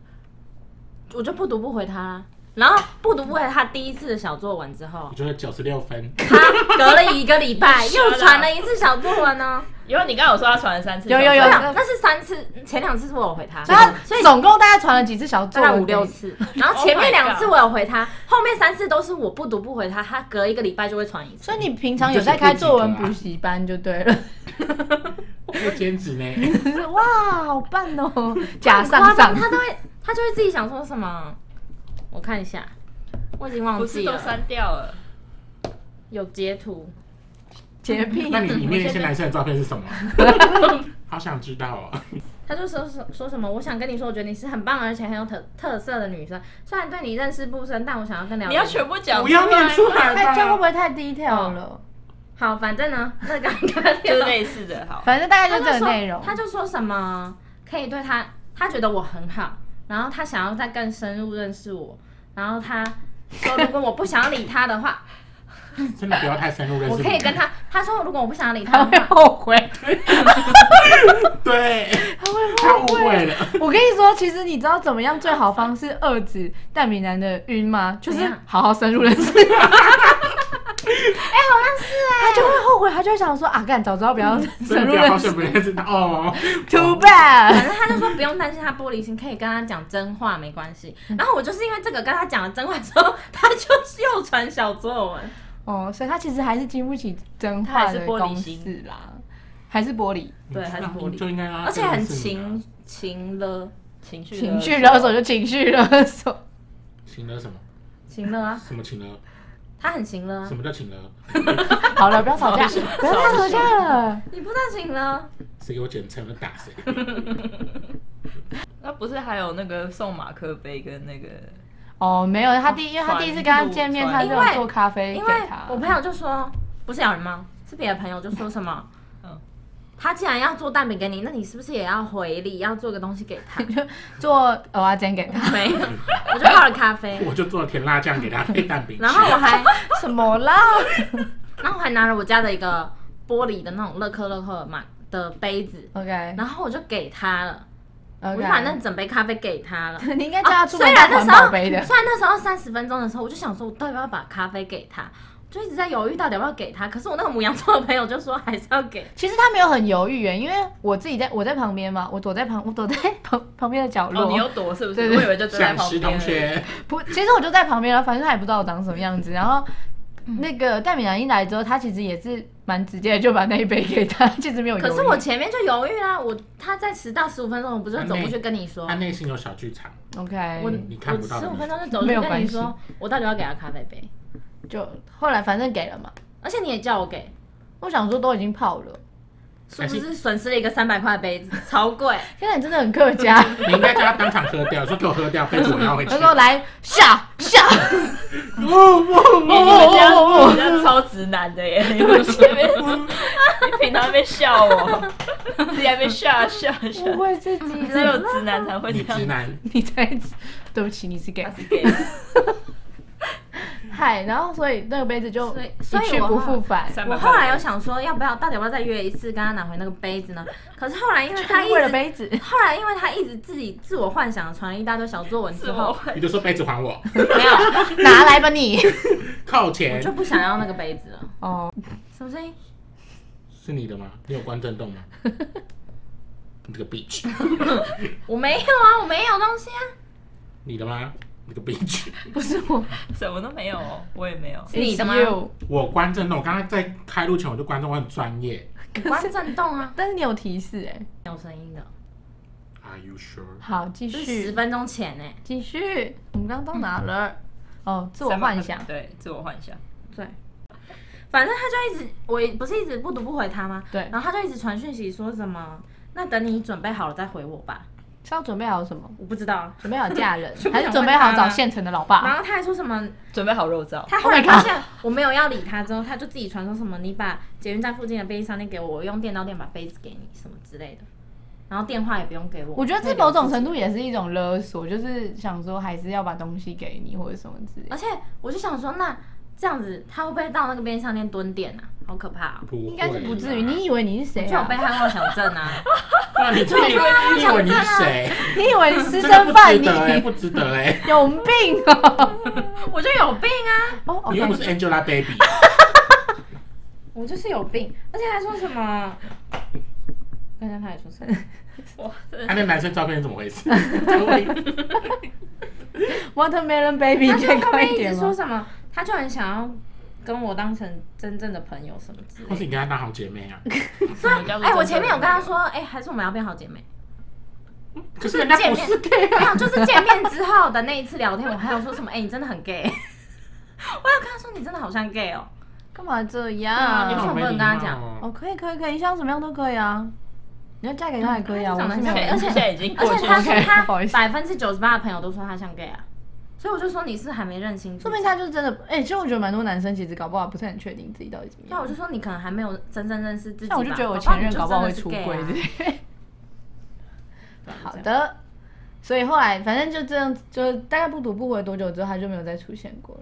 [SPEAKER 5] 我就不读不回他啦。然后不读不回他第一次的小作文之后
[SPEAKER 2] 我，觉得九十六分，
[SPEAKER 5] 他隔了一个礼
[SPEAKER 4] (laughs)
[SPEAKER 5] 拜
[SPEAKER 3] 你说
[SPEAKER 5] 又
[SPEAKER 3] 啦
[SPEAKER 5] 传了一次小作文呢、
[SPEAKER 3] 因为你刚刚有说他传了三次，
[SPEAKER 4] 有有有
[SPEAKER 5] 对
[SPEAKER 3] 小作文
[SPEAKER 5] 啊，那是三次，前两次是我有回他，
[SPEAKER 4] 哎所以他总共大概传了几次小作
[SPEAKER 5] 大
[SPEAKER 4] 文给
[SPEAKER 5] 概
[SPEAKER 4] 你，Oh
[SPEAKER 5] 五六次，
[SPEAKER 4] (laughs)
[SPEAKER 5] 然后前面两次我有回他，后面三次都是我不读不回他，他隔一个礼拜就会传一次
[SPEAKER 4] 所。以你平常有在开作文补习班就对了，
[SPEAKER 2] 做兼职呢？
[SPEAKER 4] 就是 (laughs) 哇，好棒 (laughs) 哦，假上上，
[SPEAKER 5] 他都会，他就会自己想说什么。我看一下，我已经忘
[SPEAKER 3] 不是
[SPEAKER 5] 记
[SPEAKER 3] 都
[SPEAKER 5] 了，
[SPEAKER 3] 删掉了？
[SPEAKER 5] 有截图。
[SPEAKER 4] 洁癖
[SPEAKER 2] 那，你里面那些男生的照片是什么？ (laughs) 好想知道哦。
[SPEAKER 5] 他就说说说什么，我想跟你说，我觉得你是很棒而且很有特特色的女生。虽然对你认识不深，但我想要更了解。
[SPEAKER 3] 你要全部讲
[SPEAKER 2] 不要念出来
[SPEAKER 5] 哎
[SPEAKER 4] 那这样会
[SPEAKER 2] 吧
[SPEAKER 4] 不。会 (laughs) 太 detail
[SPEAKER 2] 嗯
[SPEAKER 4] 了？
[SPEAKER 5] 好，反正呢，那个刚
[SPEAKER 3] (laughs) 就是类似的，好。
[SPEAKER 4] 反正大概
[SPEAKER 5] 他
[SPEAKER 4] 就
[SPEAKER 5] 就
[SPEAKER 4] 这个
[SPEAKER 5] 说
[SPEAKER 4] 内容。
[SPEAKER 5] 他就说什么可以对他，他觉得我很好，然后他想要再更深入认识我，然后他说如果我不想理他的话，
[SPEAKER 2] 真的不要太深入认识。
[SPEAKER 5] 我可以跟他，他说如果我不想理
[SPEAKER 4] 他
[SPEAKER 5] 他
[SPEAKER 4] 会
[SPEAKER 5] 的话，
[SPEAKER 4] 后悔，
[SPEAKER 2] 对，
[SPEAKER 4] (laughs) 他会
[SPEAKER 2] 他
[SPEAKER 4] 后
[SPEAKER 2] 误
[SPEAKER 4] 悔。
[SPEAKER 2] 会了。
[SPEAKER 4] 我跟你说，其实你知道怎么样最好方式遏制蛋米男的晕吗？就是
[SPEAKER 5] 怎样
[SPEAKER 4] 好好深入认识。哎、 (laughs) 好像是哎、他就会后悔，他就会想说啊，干早知道不要
[SPEAKER 2] 真
[SPEAKER 4] 深
[SPEAKER 2] 的
[SPEAKER 4] 入
[SPEAKER 2] 不要好
[SPEAKER 4] 认
[SPEAKER 2] 想
[SPEAKER 4] 识
[SPEAKER 2] 不认识他哦。
[SPEAKER 4] (laughs) ，too
[SPEAKER 5] 反
[SPEAKER 4] bad。
[SPEAKER 5] 正他就说不用担心他玻璃心，可以跟他讲真话没关系。然后我就是因为这个跟他讲了真话之后，他就又传小作文，
[SPEAKER 4] 哦，所以他其实还是经不起真
[SPEAKER 3] 他
[SPEAKER 4] 话
[SPEAKER 3] 还是
[SPEAKER 4] 的
[SPEAKER 3] 玻璃
[SPEAKER 4] 攻
[SPEAKER 3] 心
[SPEAKER 4] 势啦，还是玻璃
[SPEAKER 5] 对，还是玻璃，
[SPEAKER 2] 就应该让他
[SPEAKER 5] 而且很
[SPEAKER 2] 认识你啊
[SPEAKER 5] 情。情了，
[SPEAKER 3] 情绪
[SPEAKER 4] 情绪勒索，就情绪 (laughs) 勒索。
[SPEAKER 2] 情了什么？
[SPEAKER 5] 情了啊，
[SPEAKER 2] 什么情了？
[SPEAKER 5] 他很情了啊
[SPEAKER 2] 什，么叫情了？
[SPEAKER 4] 好了，不要吵架， (laughs) 不要再吵架了。
[SPEAKER 5] 你不知道情了，
[SPEAKER 2] 谁给我简称我就打谁。 (laughs)
[SPEAKER 3] 那不是还有那个送马克杯跟那个
[SPEAKER 4] 哦，没有，他第因为他
[SPEAKER 3] 传
[SPEAKER 4] 第一次跟他见面，
[SPEAKER 3] 录
[SPEAKER 4] 他
[SPEAKER 3] 传
[SPEAKER 4] 就
[SPEAKER 5] 因为
[SPEAKER 4] 有做咖啡
[SPEAKER 5] 因
[SPEAKER 4] 给
[SPEAKER 5] 为
[SPEAKER 4] 他。
[SPEAKER 5] 我朋友就说不是有人吗？是别的朋友就说什么
[SPEAKER 3] 嗯，
[SPEAKER 5] 他既然要做蛋饼给你，那你是不是也要回礼，要做个东西给
[SPEAKER 4] (laughs)
[SPEAKER 5] 他？
[SPEAKER 4] 做蚵仔煎给他，
[SPEAKER 5] 没有，我就泡了咖啡，
[SPEAKER 2] (laughs) 我就做甜辣酱给他配蛋饼吃。
[SPEAKER 5] 然后我还，
[SPEAKER 4] (laughs) 什么啦？
[SPEAKER 5] 然后我还拿了我家的一个玻璃的那种乐克乐克嘛的杯子，
[SPEAKER 4] (laughs) OK，
[SPEAKER 5] 然后我就给他了，我
[SPEAKER 4] OK，
[SPEAKER 5] 就把那整杯咖啡给他了。
[SPEAKER 4] (laughs) 你应该叫他出
[SPEAKER 5] 啊虽
[SPEAKER 4] 门
[SPEAKER 5] 然
[SPEAKER 4] 带
[SPEAKER 5] 那
[SPEAKER 4] 环
[SPEAKER 5] 时
[SPEAKER 4] 保
[SPEAKER 5] 候，
[SPEAKER 4] 杯的。
[SPEAKER 5] 虽然那时候三十分钟的时候，我就想说，我到底要不要把咖啡给他，我就一直在犹豫到底要不要给他。可是我那个母羊座的朋友就说还是要给，
[SPEAKER 4] (laughs) 其实他没有很犹豫耶，因为我自己在我在旁边嘛，我躲在旁我躲在 (laughs) 旁旁边的角
[SPEAKER 3] 哦，你
[SPEAKER 4] 落，
[SPEAKER 3] 有躲是不是？
[SPEAKER 4] 对对
[SPEAKER 3] 我以为就坐在
[SPEAKER 2] 想
[SPEAKER 3] 旁
[SPEAKER 2] 石
[SPEAKER 3] 边。
[SPEAKER 2] 同学，
[SPEAKER 4] 不，其实我就在旁边了，啊反正他也不知道我长什么样子。然后那个戴美兰一来之后，他其实也是蛮直接的，就把那一杯给他，其实没有犹豫。
[SPEAKER 5] 可是我前面就犹豫啦、我他在十到十五分钟，我不是走过去跟你说
[SPEAKER 2] 他，内心有小剧场，
[SPEAKER 4] OK，
[SPEAKER 5] 我
[SPEAKER 2] 你看
[SPEAKER 5] 我
[SPEAKER 2] 不到的
[SPEAKER 5] 十五
[SPEAKER 2] 那
[SPEAKER 5] 分
[SPEAKER 2] 种
[SPEAKER 5] 钟就走过
[SPEAKER 4] 没
[SPEAKER 5] 去
[SPEAKER 4] 有
[SPEAKER 5] 跟你
[SPEAKER 4] 关系
[SPEAKER 5] 说，我到底要给他咖啡杯，
[SPEAKER 4] 就后来反正给了嘛，
[SPEAKER 5] 而且你也叫我给，
[SPEAKER 4] 我想说都已经泡了，
[SPEAKER 5] 是不是损失了一个三百块的杯子，超贵？
[SPEAKER 4] 现在你真的很客家。
[SPEAKER 2] 你应该叫他当场喝掉，说给我喝掉，杯子我要回去
[SPEAKER 4] 他。说来下下，
[SPEAKER 2] 哦
[SPEAKER 3] 你
[SPEAKER 4] 哎
[SPEAKER 2] 不
[SPEAKER 3] 你们这样，
[SPEAKER 4] 哦
[SPEAKER 3] 你们这样超直男的耶！ (laughs) 你们前面，你平常被笑我， (laughs) 自己还被吓吓吓，
[SPEAKER 4] 误会自己
[SPEAKER 3] 只有
[SPEAKER 4] 了，
[SPEAKER 3] 直男才会
[SPEAKER 2] 你
[SPEAKER 3] 这
[SPEAKER 2] 直
[SPEAKER 3] 样。
[SPEAKER 2] 男，
[SPEAKER 4] 你才对不起，你是 gay
[SPEAKER 3] 他。是 gay
[SPEAKER 4] 嗨，然后所以那个杯子就
[SPEAKER 5] 所以所以
[SPEAKER 4] 一去
[SPEAKER 5] 我
[SPEAKER 4] 不
[SPEAKER 5] 后
[SPEAKER 4] 复返。
[SPEAKER 3] 三百
[SPEAKER 5] 我
[SPEAKER 3] 块
[SPEAKER 5] 后来有想说，要不要到底要不要再约一次，跟他拿回那个杯子呢？可是后来因为他一
[SPEAKER 4] 为了
[SPEAKER 5] 直，
[SPEAKER 4] 杯子，
[SPEAKER 5] 后来因为他一直自己自我幻想，传了一大堆小作文之
[SPEAKER 3] 自我
[SPEAKER 5] 后，
[SPEAKER 3] 会
[SPEAKER 2] 你就说杯子还我，
[SPEAKER 5] 没有，
[SPEAKER 4] 拿来吧你。
[SPEAKER 2] 扣
[SPEAKER 5] 我
[SPEAKER 2] 钱
[SPEAKER 5] 就不想要那个杯子了。
[SPEAKER 4] 哦，
[SPEAKER 5] 什么声音？
[SPEAKER 2] 是你的吗？你有关震动吗？你这个 bitch，
[SPEAKER 5] 我没有啊，我没有东西啊。
[SPEAKER 2] 你的吗？你这个 bitch，
[SPEAKER 4] 不是我，
[SPEAKER 3] 什么都没有哦，我也没有。
[SPEAKER 5] 是你的吗
[SPEAKER 4] It's you
[SPEAKER 2] 我关震动，我刚刚在开录前我就关震，我很专业。
[SPEAKER 5] 我关震动啊，
[SPEAKER 4] 但是你有提示哎。
[SPEAKER 5] 没有声音的，
[SPEAKER 2] Are you sure？
[SPEAKER 4] 好，继
[SPEAKER 5] 就是十
[SPEAKER 4] 续，
[SPEAKER 5] 分钟前呢、
[SPEAKER 4] 继续。我们刚刚到哪了？哦，自我幻想。
[SPEAKER 3] 对，自我幻想。
[SPEAKER 5] 对，反正他就一直，我也不是一直不读不回他吗？
[SPEAKER 4] 对
[SPEAKER 5] 然后他就一直传讯息说什么，那等你准备好了再回我吧。
[SPEAKER 4] 是要准备好什么？
[SPEAKER 5] 我不知道。
[SPEAKER 4] 准备好嫁人，
[SPEAKER 5] 就不
[SPEAKER 4] 还
[SPEAKER 5] 想
[SPEAKER 4] 是准备
[SPEAKER 5] 问他
[SPEAKER 4] 好
[SPEAKER 5] 啊
[SPEAKER 4] 找现成的老
[SPEAKER 5] 然
[SPEAKER 4] 爸？
[SPEAKER 5] 后他还说什么，
[SPEAKER 3] 准备好肉燥，
[SPEAKER 5] 他后来发现我没有要理他之后，他就自己传说什么，你把捷运站附近的便利商店给我，我用电刀店把杯子给你什么之类的，然后电话也不用给我。
[SPEAKER 4] 我觉得
[SPEAKER 5] 可以
[SPEAKER 4] 这
[SPEAKER 5] 留
[SPEAKER 4] 某种
[SPEAKER 5] 自己
[SPEAKER 4] 程度也是一种勒索，就是想说还是要把东西给你或者什么之类的
[SPEAKER 5] 而。且我就想说，那这样子他会不会到那个便利商店蹲点啊？好可怕哦！
[SPEAKER 2] 不会，
[SPEAKER 4] 应该是不至于，你。以为你是谁
[SPEAKER 5] 就有被
[SPEAKER 4] 啊？
[SPEAKER 5] 害妄想症啊！
[SPEAKER 2] 哇，你自己以为你以为你是谁？
[SPEAKER 4] 你以为你私
[SPEAKER 2] 真的
[SPEAKER 4] 生
[SPEAKER 2] 不
[SPEAKER 4] 饭？
[SPEAKER 2] 值
[SPEAKER 4] 你
[SPEAKER 2] 得哎，不值得哎。
[SPEAKER 4] (laughs) 有病啊！
[SPEAKER 5] 我就有病啊！
[SPEAKER 4] 哦
[SPEAKER 2] 你又不
[SPEAKER 4] ，OK，
[SPEAKER 2] 是 Angelababy，
[SPEAKER 5] (laughs) 我就是有病，而且还说什 (laughs) 么？看一下他还说 (laughs) 什么？
[SPEAKER 3] 哇，真的
[SPEAKER 2] 他那男生照片是怎么回事？
[SPEAKER 4] Watermelon Baby，
[SPEAKER 5] 他
[SPEAKER 4] 你可以
[SPEAKER 5] 就后
[SPEAKER 4] 快
[SPEAKER 5] 面
[SPEAKER 4] 一
[SPEAKER 5] 一
[SPEAKER 4] 点
[SPEAKER 5] 直
[SPEAKER 4] 吗
[SPEAKER 5] 说什么，他就很想要跟我当成真正的朋友什么之
[SPEAKER 2] 或
[SPEAKER 5] 类
[SPEAKER 2] 是
[SPEAKER 5] 的。
[SPEAKER 2] 你跟他当好姐妹啊？
[SPEAKER 3] 什么叫做
[SPEAKER 5] 哎、我
[SPEAKER 3] 真正的
[SPEAKER 5] 前面有跟他
[SPEAKER 3] 朋友
[SPEAKER 5] 说，哎、还是我们要变好姐妹。
[SPEAKER 2] 可是人家不是 gay
[SPEAKER 5] 没有，
[SPEAKER 2] 啊，
[SPEAKER 5] 就是见面之后的那一次聊天，我还有说什么？哎、你真的很 gay。我有跟他说，你真的好像 gay 哦。
[SPEAKER 4] (laughs) 干嘛这
[SPEAKER 2] 你
[SPEAKER 4] 样？
[SPEAKER 2] 好没
[SPEAKER 5] 为什么不
[SPEAKER 2] 礼
[SPEAKER 5] 能跟
[SPEAKER 2] 貌
[SPEAKER 5] 他
[SPEAKER 2] 哦
[SPEAKER 4] 哦，。可以可以可以，你想什么样都可以啊。你要嫁给他也可以啊，我
[SPEAKER 5] 嗯他
[SPEAKER 4] 是
[SPEAKER 5] 长得
[SPEAKER 4] 没有 (laughs)
[SPEAKER 3] 对，而
[SPEAKER 5] 很
[SPEAKER 3] 且现在已经
[SPEAKER 5] 而
[SPEAKER 3] 过去
[SPEAKER 5] 且
[SPEAKER 4] 觉得
[SPEAKER 5] 他是
[SPEAKER 4] OK，
[SPEAKER 5] 他
[SPEAKER 4] 不好意思
[SPEAKER 5] 百分之九十八的朋友都说他像 gay 啊，所以我就说你是还没认清楚，
[SPEAKER 4] 说明他就是真的。哎、其实我觉得蛮多男生其实搞不好不是很确定自己到底怎么
[SPEAKER 5] 那
[SPEAKER 4] 样。
[SPEAKER 5] 啊我就说你可能还没有真正认识自己吧。
[SPEAKER 4] 像我就觉得我前任搞不好会出
[SPEAKER 5] 搞不好
[SPEAKER 4] 轨之
[SPEAKER 5] 你
[SPEAKER 4] (laughs)
[SPEAKER 5] 就真的是 gay 啊
[SPEAKER 4] 类的。好的，所以后来反正就这样，就大概不读不回多久之后，他就没有再出现过了。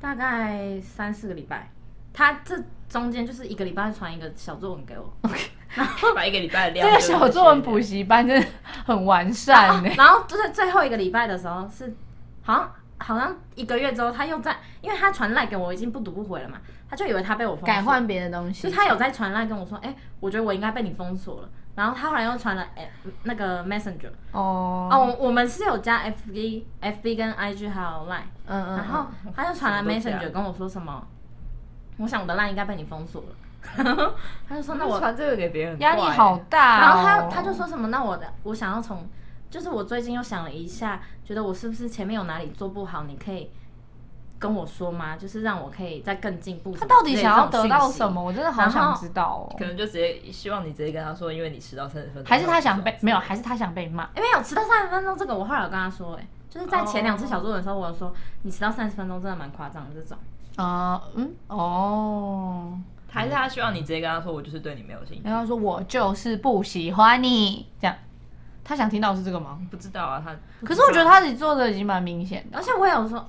[SPEAKER 5] 大概三四个礼拜，他这中间就是一个礼拜传一个小作文给我，
[SPEAKER 3] 把一个礼拜的
[SPEAKER 4] 这
[SPEAKER 3] 量
[SPEAKER 4] 个
[SPEAKER 3] 就
[SPEAKER 4] 小作文补
[SPEAKER 3] 是
[SPEAKER 4] 习班真的很完善呢、欸 (laughs)
[SPEAKER 5] 然后就是最后一个礼拜的时候是，好像好像一个月之后他又在，因为他传赖给我已经不读不回了嘛，他就以为他被我封锁
[SPEAKER 4] 改换，别的东西，
[SPEAKER 5] 就是他有在传赖跟我说，哎、我觉得我应该被你封锁了。然后他后来又传了哎、那个 Messenger
[SPEAKER 4] 哦
[SPEAKER 5] 哦，我我们是有加 FB、FB 跟 IG 还有 Line，
[SPEAKER 4] 嗯嗯，
[SPEAKER 5] 然后他就传来
[SPEAKER 3] 什么都加
[SPEAKER 5] Messenger 跟我说什么，我想我的 LINE 应该被你封锁了。 (laughs) 他就说那
[SPEAKER 3] 那
[SPEAKER 5] 我
[SPEAKER 3] 我，传这个给别人，
[SPEAKER 4] 压力好。大、哦
[SPEAKER 5] 然后他他就，说什么那我的我想要从，就是我最近又想了一下，觉得我是不是前面有哪里做不好，你可以跟我说吗？就是让我可以再更进步。
[SPEAKER 4] 他到底想要
[SPEAKER 5] 什么之
[SPEAKER 4] 得
[SPEAKER 5] 类的这
[SPEAKER 4] 到
[SPEAKER 5] 种讯息
[SPEAKER 4] 什么？？我真的好想知道哦
[SPEAKER 3] 可。能就直接希望你直接跟他说，因为你迟到三十分钟，
[SPEAKER 4] 还是他想被
[SPEAKER 3] 然后
[SPEAKER 4] 没有，还是他想被骂？
[SPEAKER 5] 因为哎有迟到三十分钟这个，我后来有跟他说、哎，就是在前
[SPEAKER 3] 哦
[SPEAKER 5] 两次小作文的时候，我有说你迟到三十分钟真的蛮夸张的这种。
[SPEAKER 4] 啊、嗯，哦，
[SPEAKER 3] 还是他希望你直接跟他说，我就是对你没有兴趣。
[SPEAKER 4] 然后他说我就是不喜欢你，这样，他想听到的是这个吗？
[SPEAKER 3] 不知道啊，他
[SPEAKER 4] 可是我觉得他自己做的已经蛮明显的
[SPEAKER 5] 而，且我有说，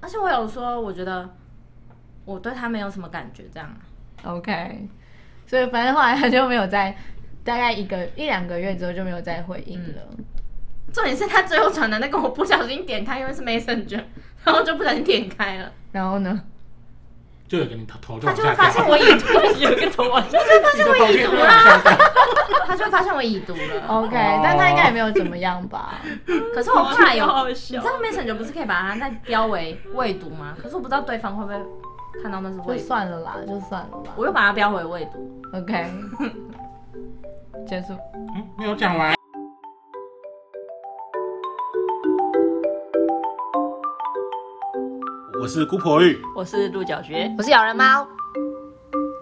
[SPEAKER 5] 而且我有说，我觉得我对他没有什么感觉，这样啊。
[SPEAKER 4] OK，所以反正后来他就没有再，大概一个一两个月之后就没有再回应了。
[SPEAKER 5] 重点是他最后传的那个，我不小心点开，因为是 Messenger，然后就不小心点开了，
[SPEAKER 4] 然后呢？
[SPEAKER 2] 就有个人头头
[SPEAKER 5] 他
[SPEAKER 2] 撞
[SPEAKER 5] 就
[SPEAKER 2] 下掉，
[SPEAKER 5] 会发现我已
[SPEAKER 3] (laughs)
[SPEAKER 5] 读，
[SPEAKER 3] 有一个头往下
[SPEAKER 2] 你的头头
[SPEAKER 5] 啊
[SPEAKER 2] 撞下掉，
[SPEAKER 5] 他就会发现我已读
[SPEAKER 3] 哦
[SPEAKER 5] 了。
[SPEAKER 4] OK，、但他应该也没有怎么样吧？
[SPEAKER 5] 可是我后来有，
[SPEAKER 3] 好好
[SPEAKER 5] 你
[SPEAKER 3] 笑
[SPEAKER 5] 知道 Messenger 不是可以把它再标为未读吗？可是我不知道对方会不会看到那是
[SPEAKER 4] 就
[SPEAKER 5] 未读，
[SPEAKER 4] 算了啦，就算了吧。
[SPEAKER 5] 我又把它标为未读。
[SPEAKER 4] OK，结束。
[SPEAKER 2] 嗯没有讲完。
[SPEAKER 6] 我是姑婆玉。
[SPEAKER 3] 我是鹿角蕨。
[SPEAKER 4] 我是咬人猫，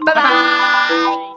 [SPEAKER 4] 拜拜。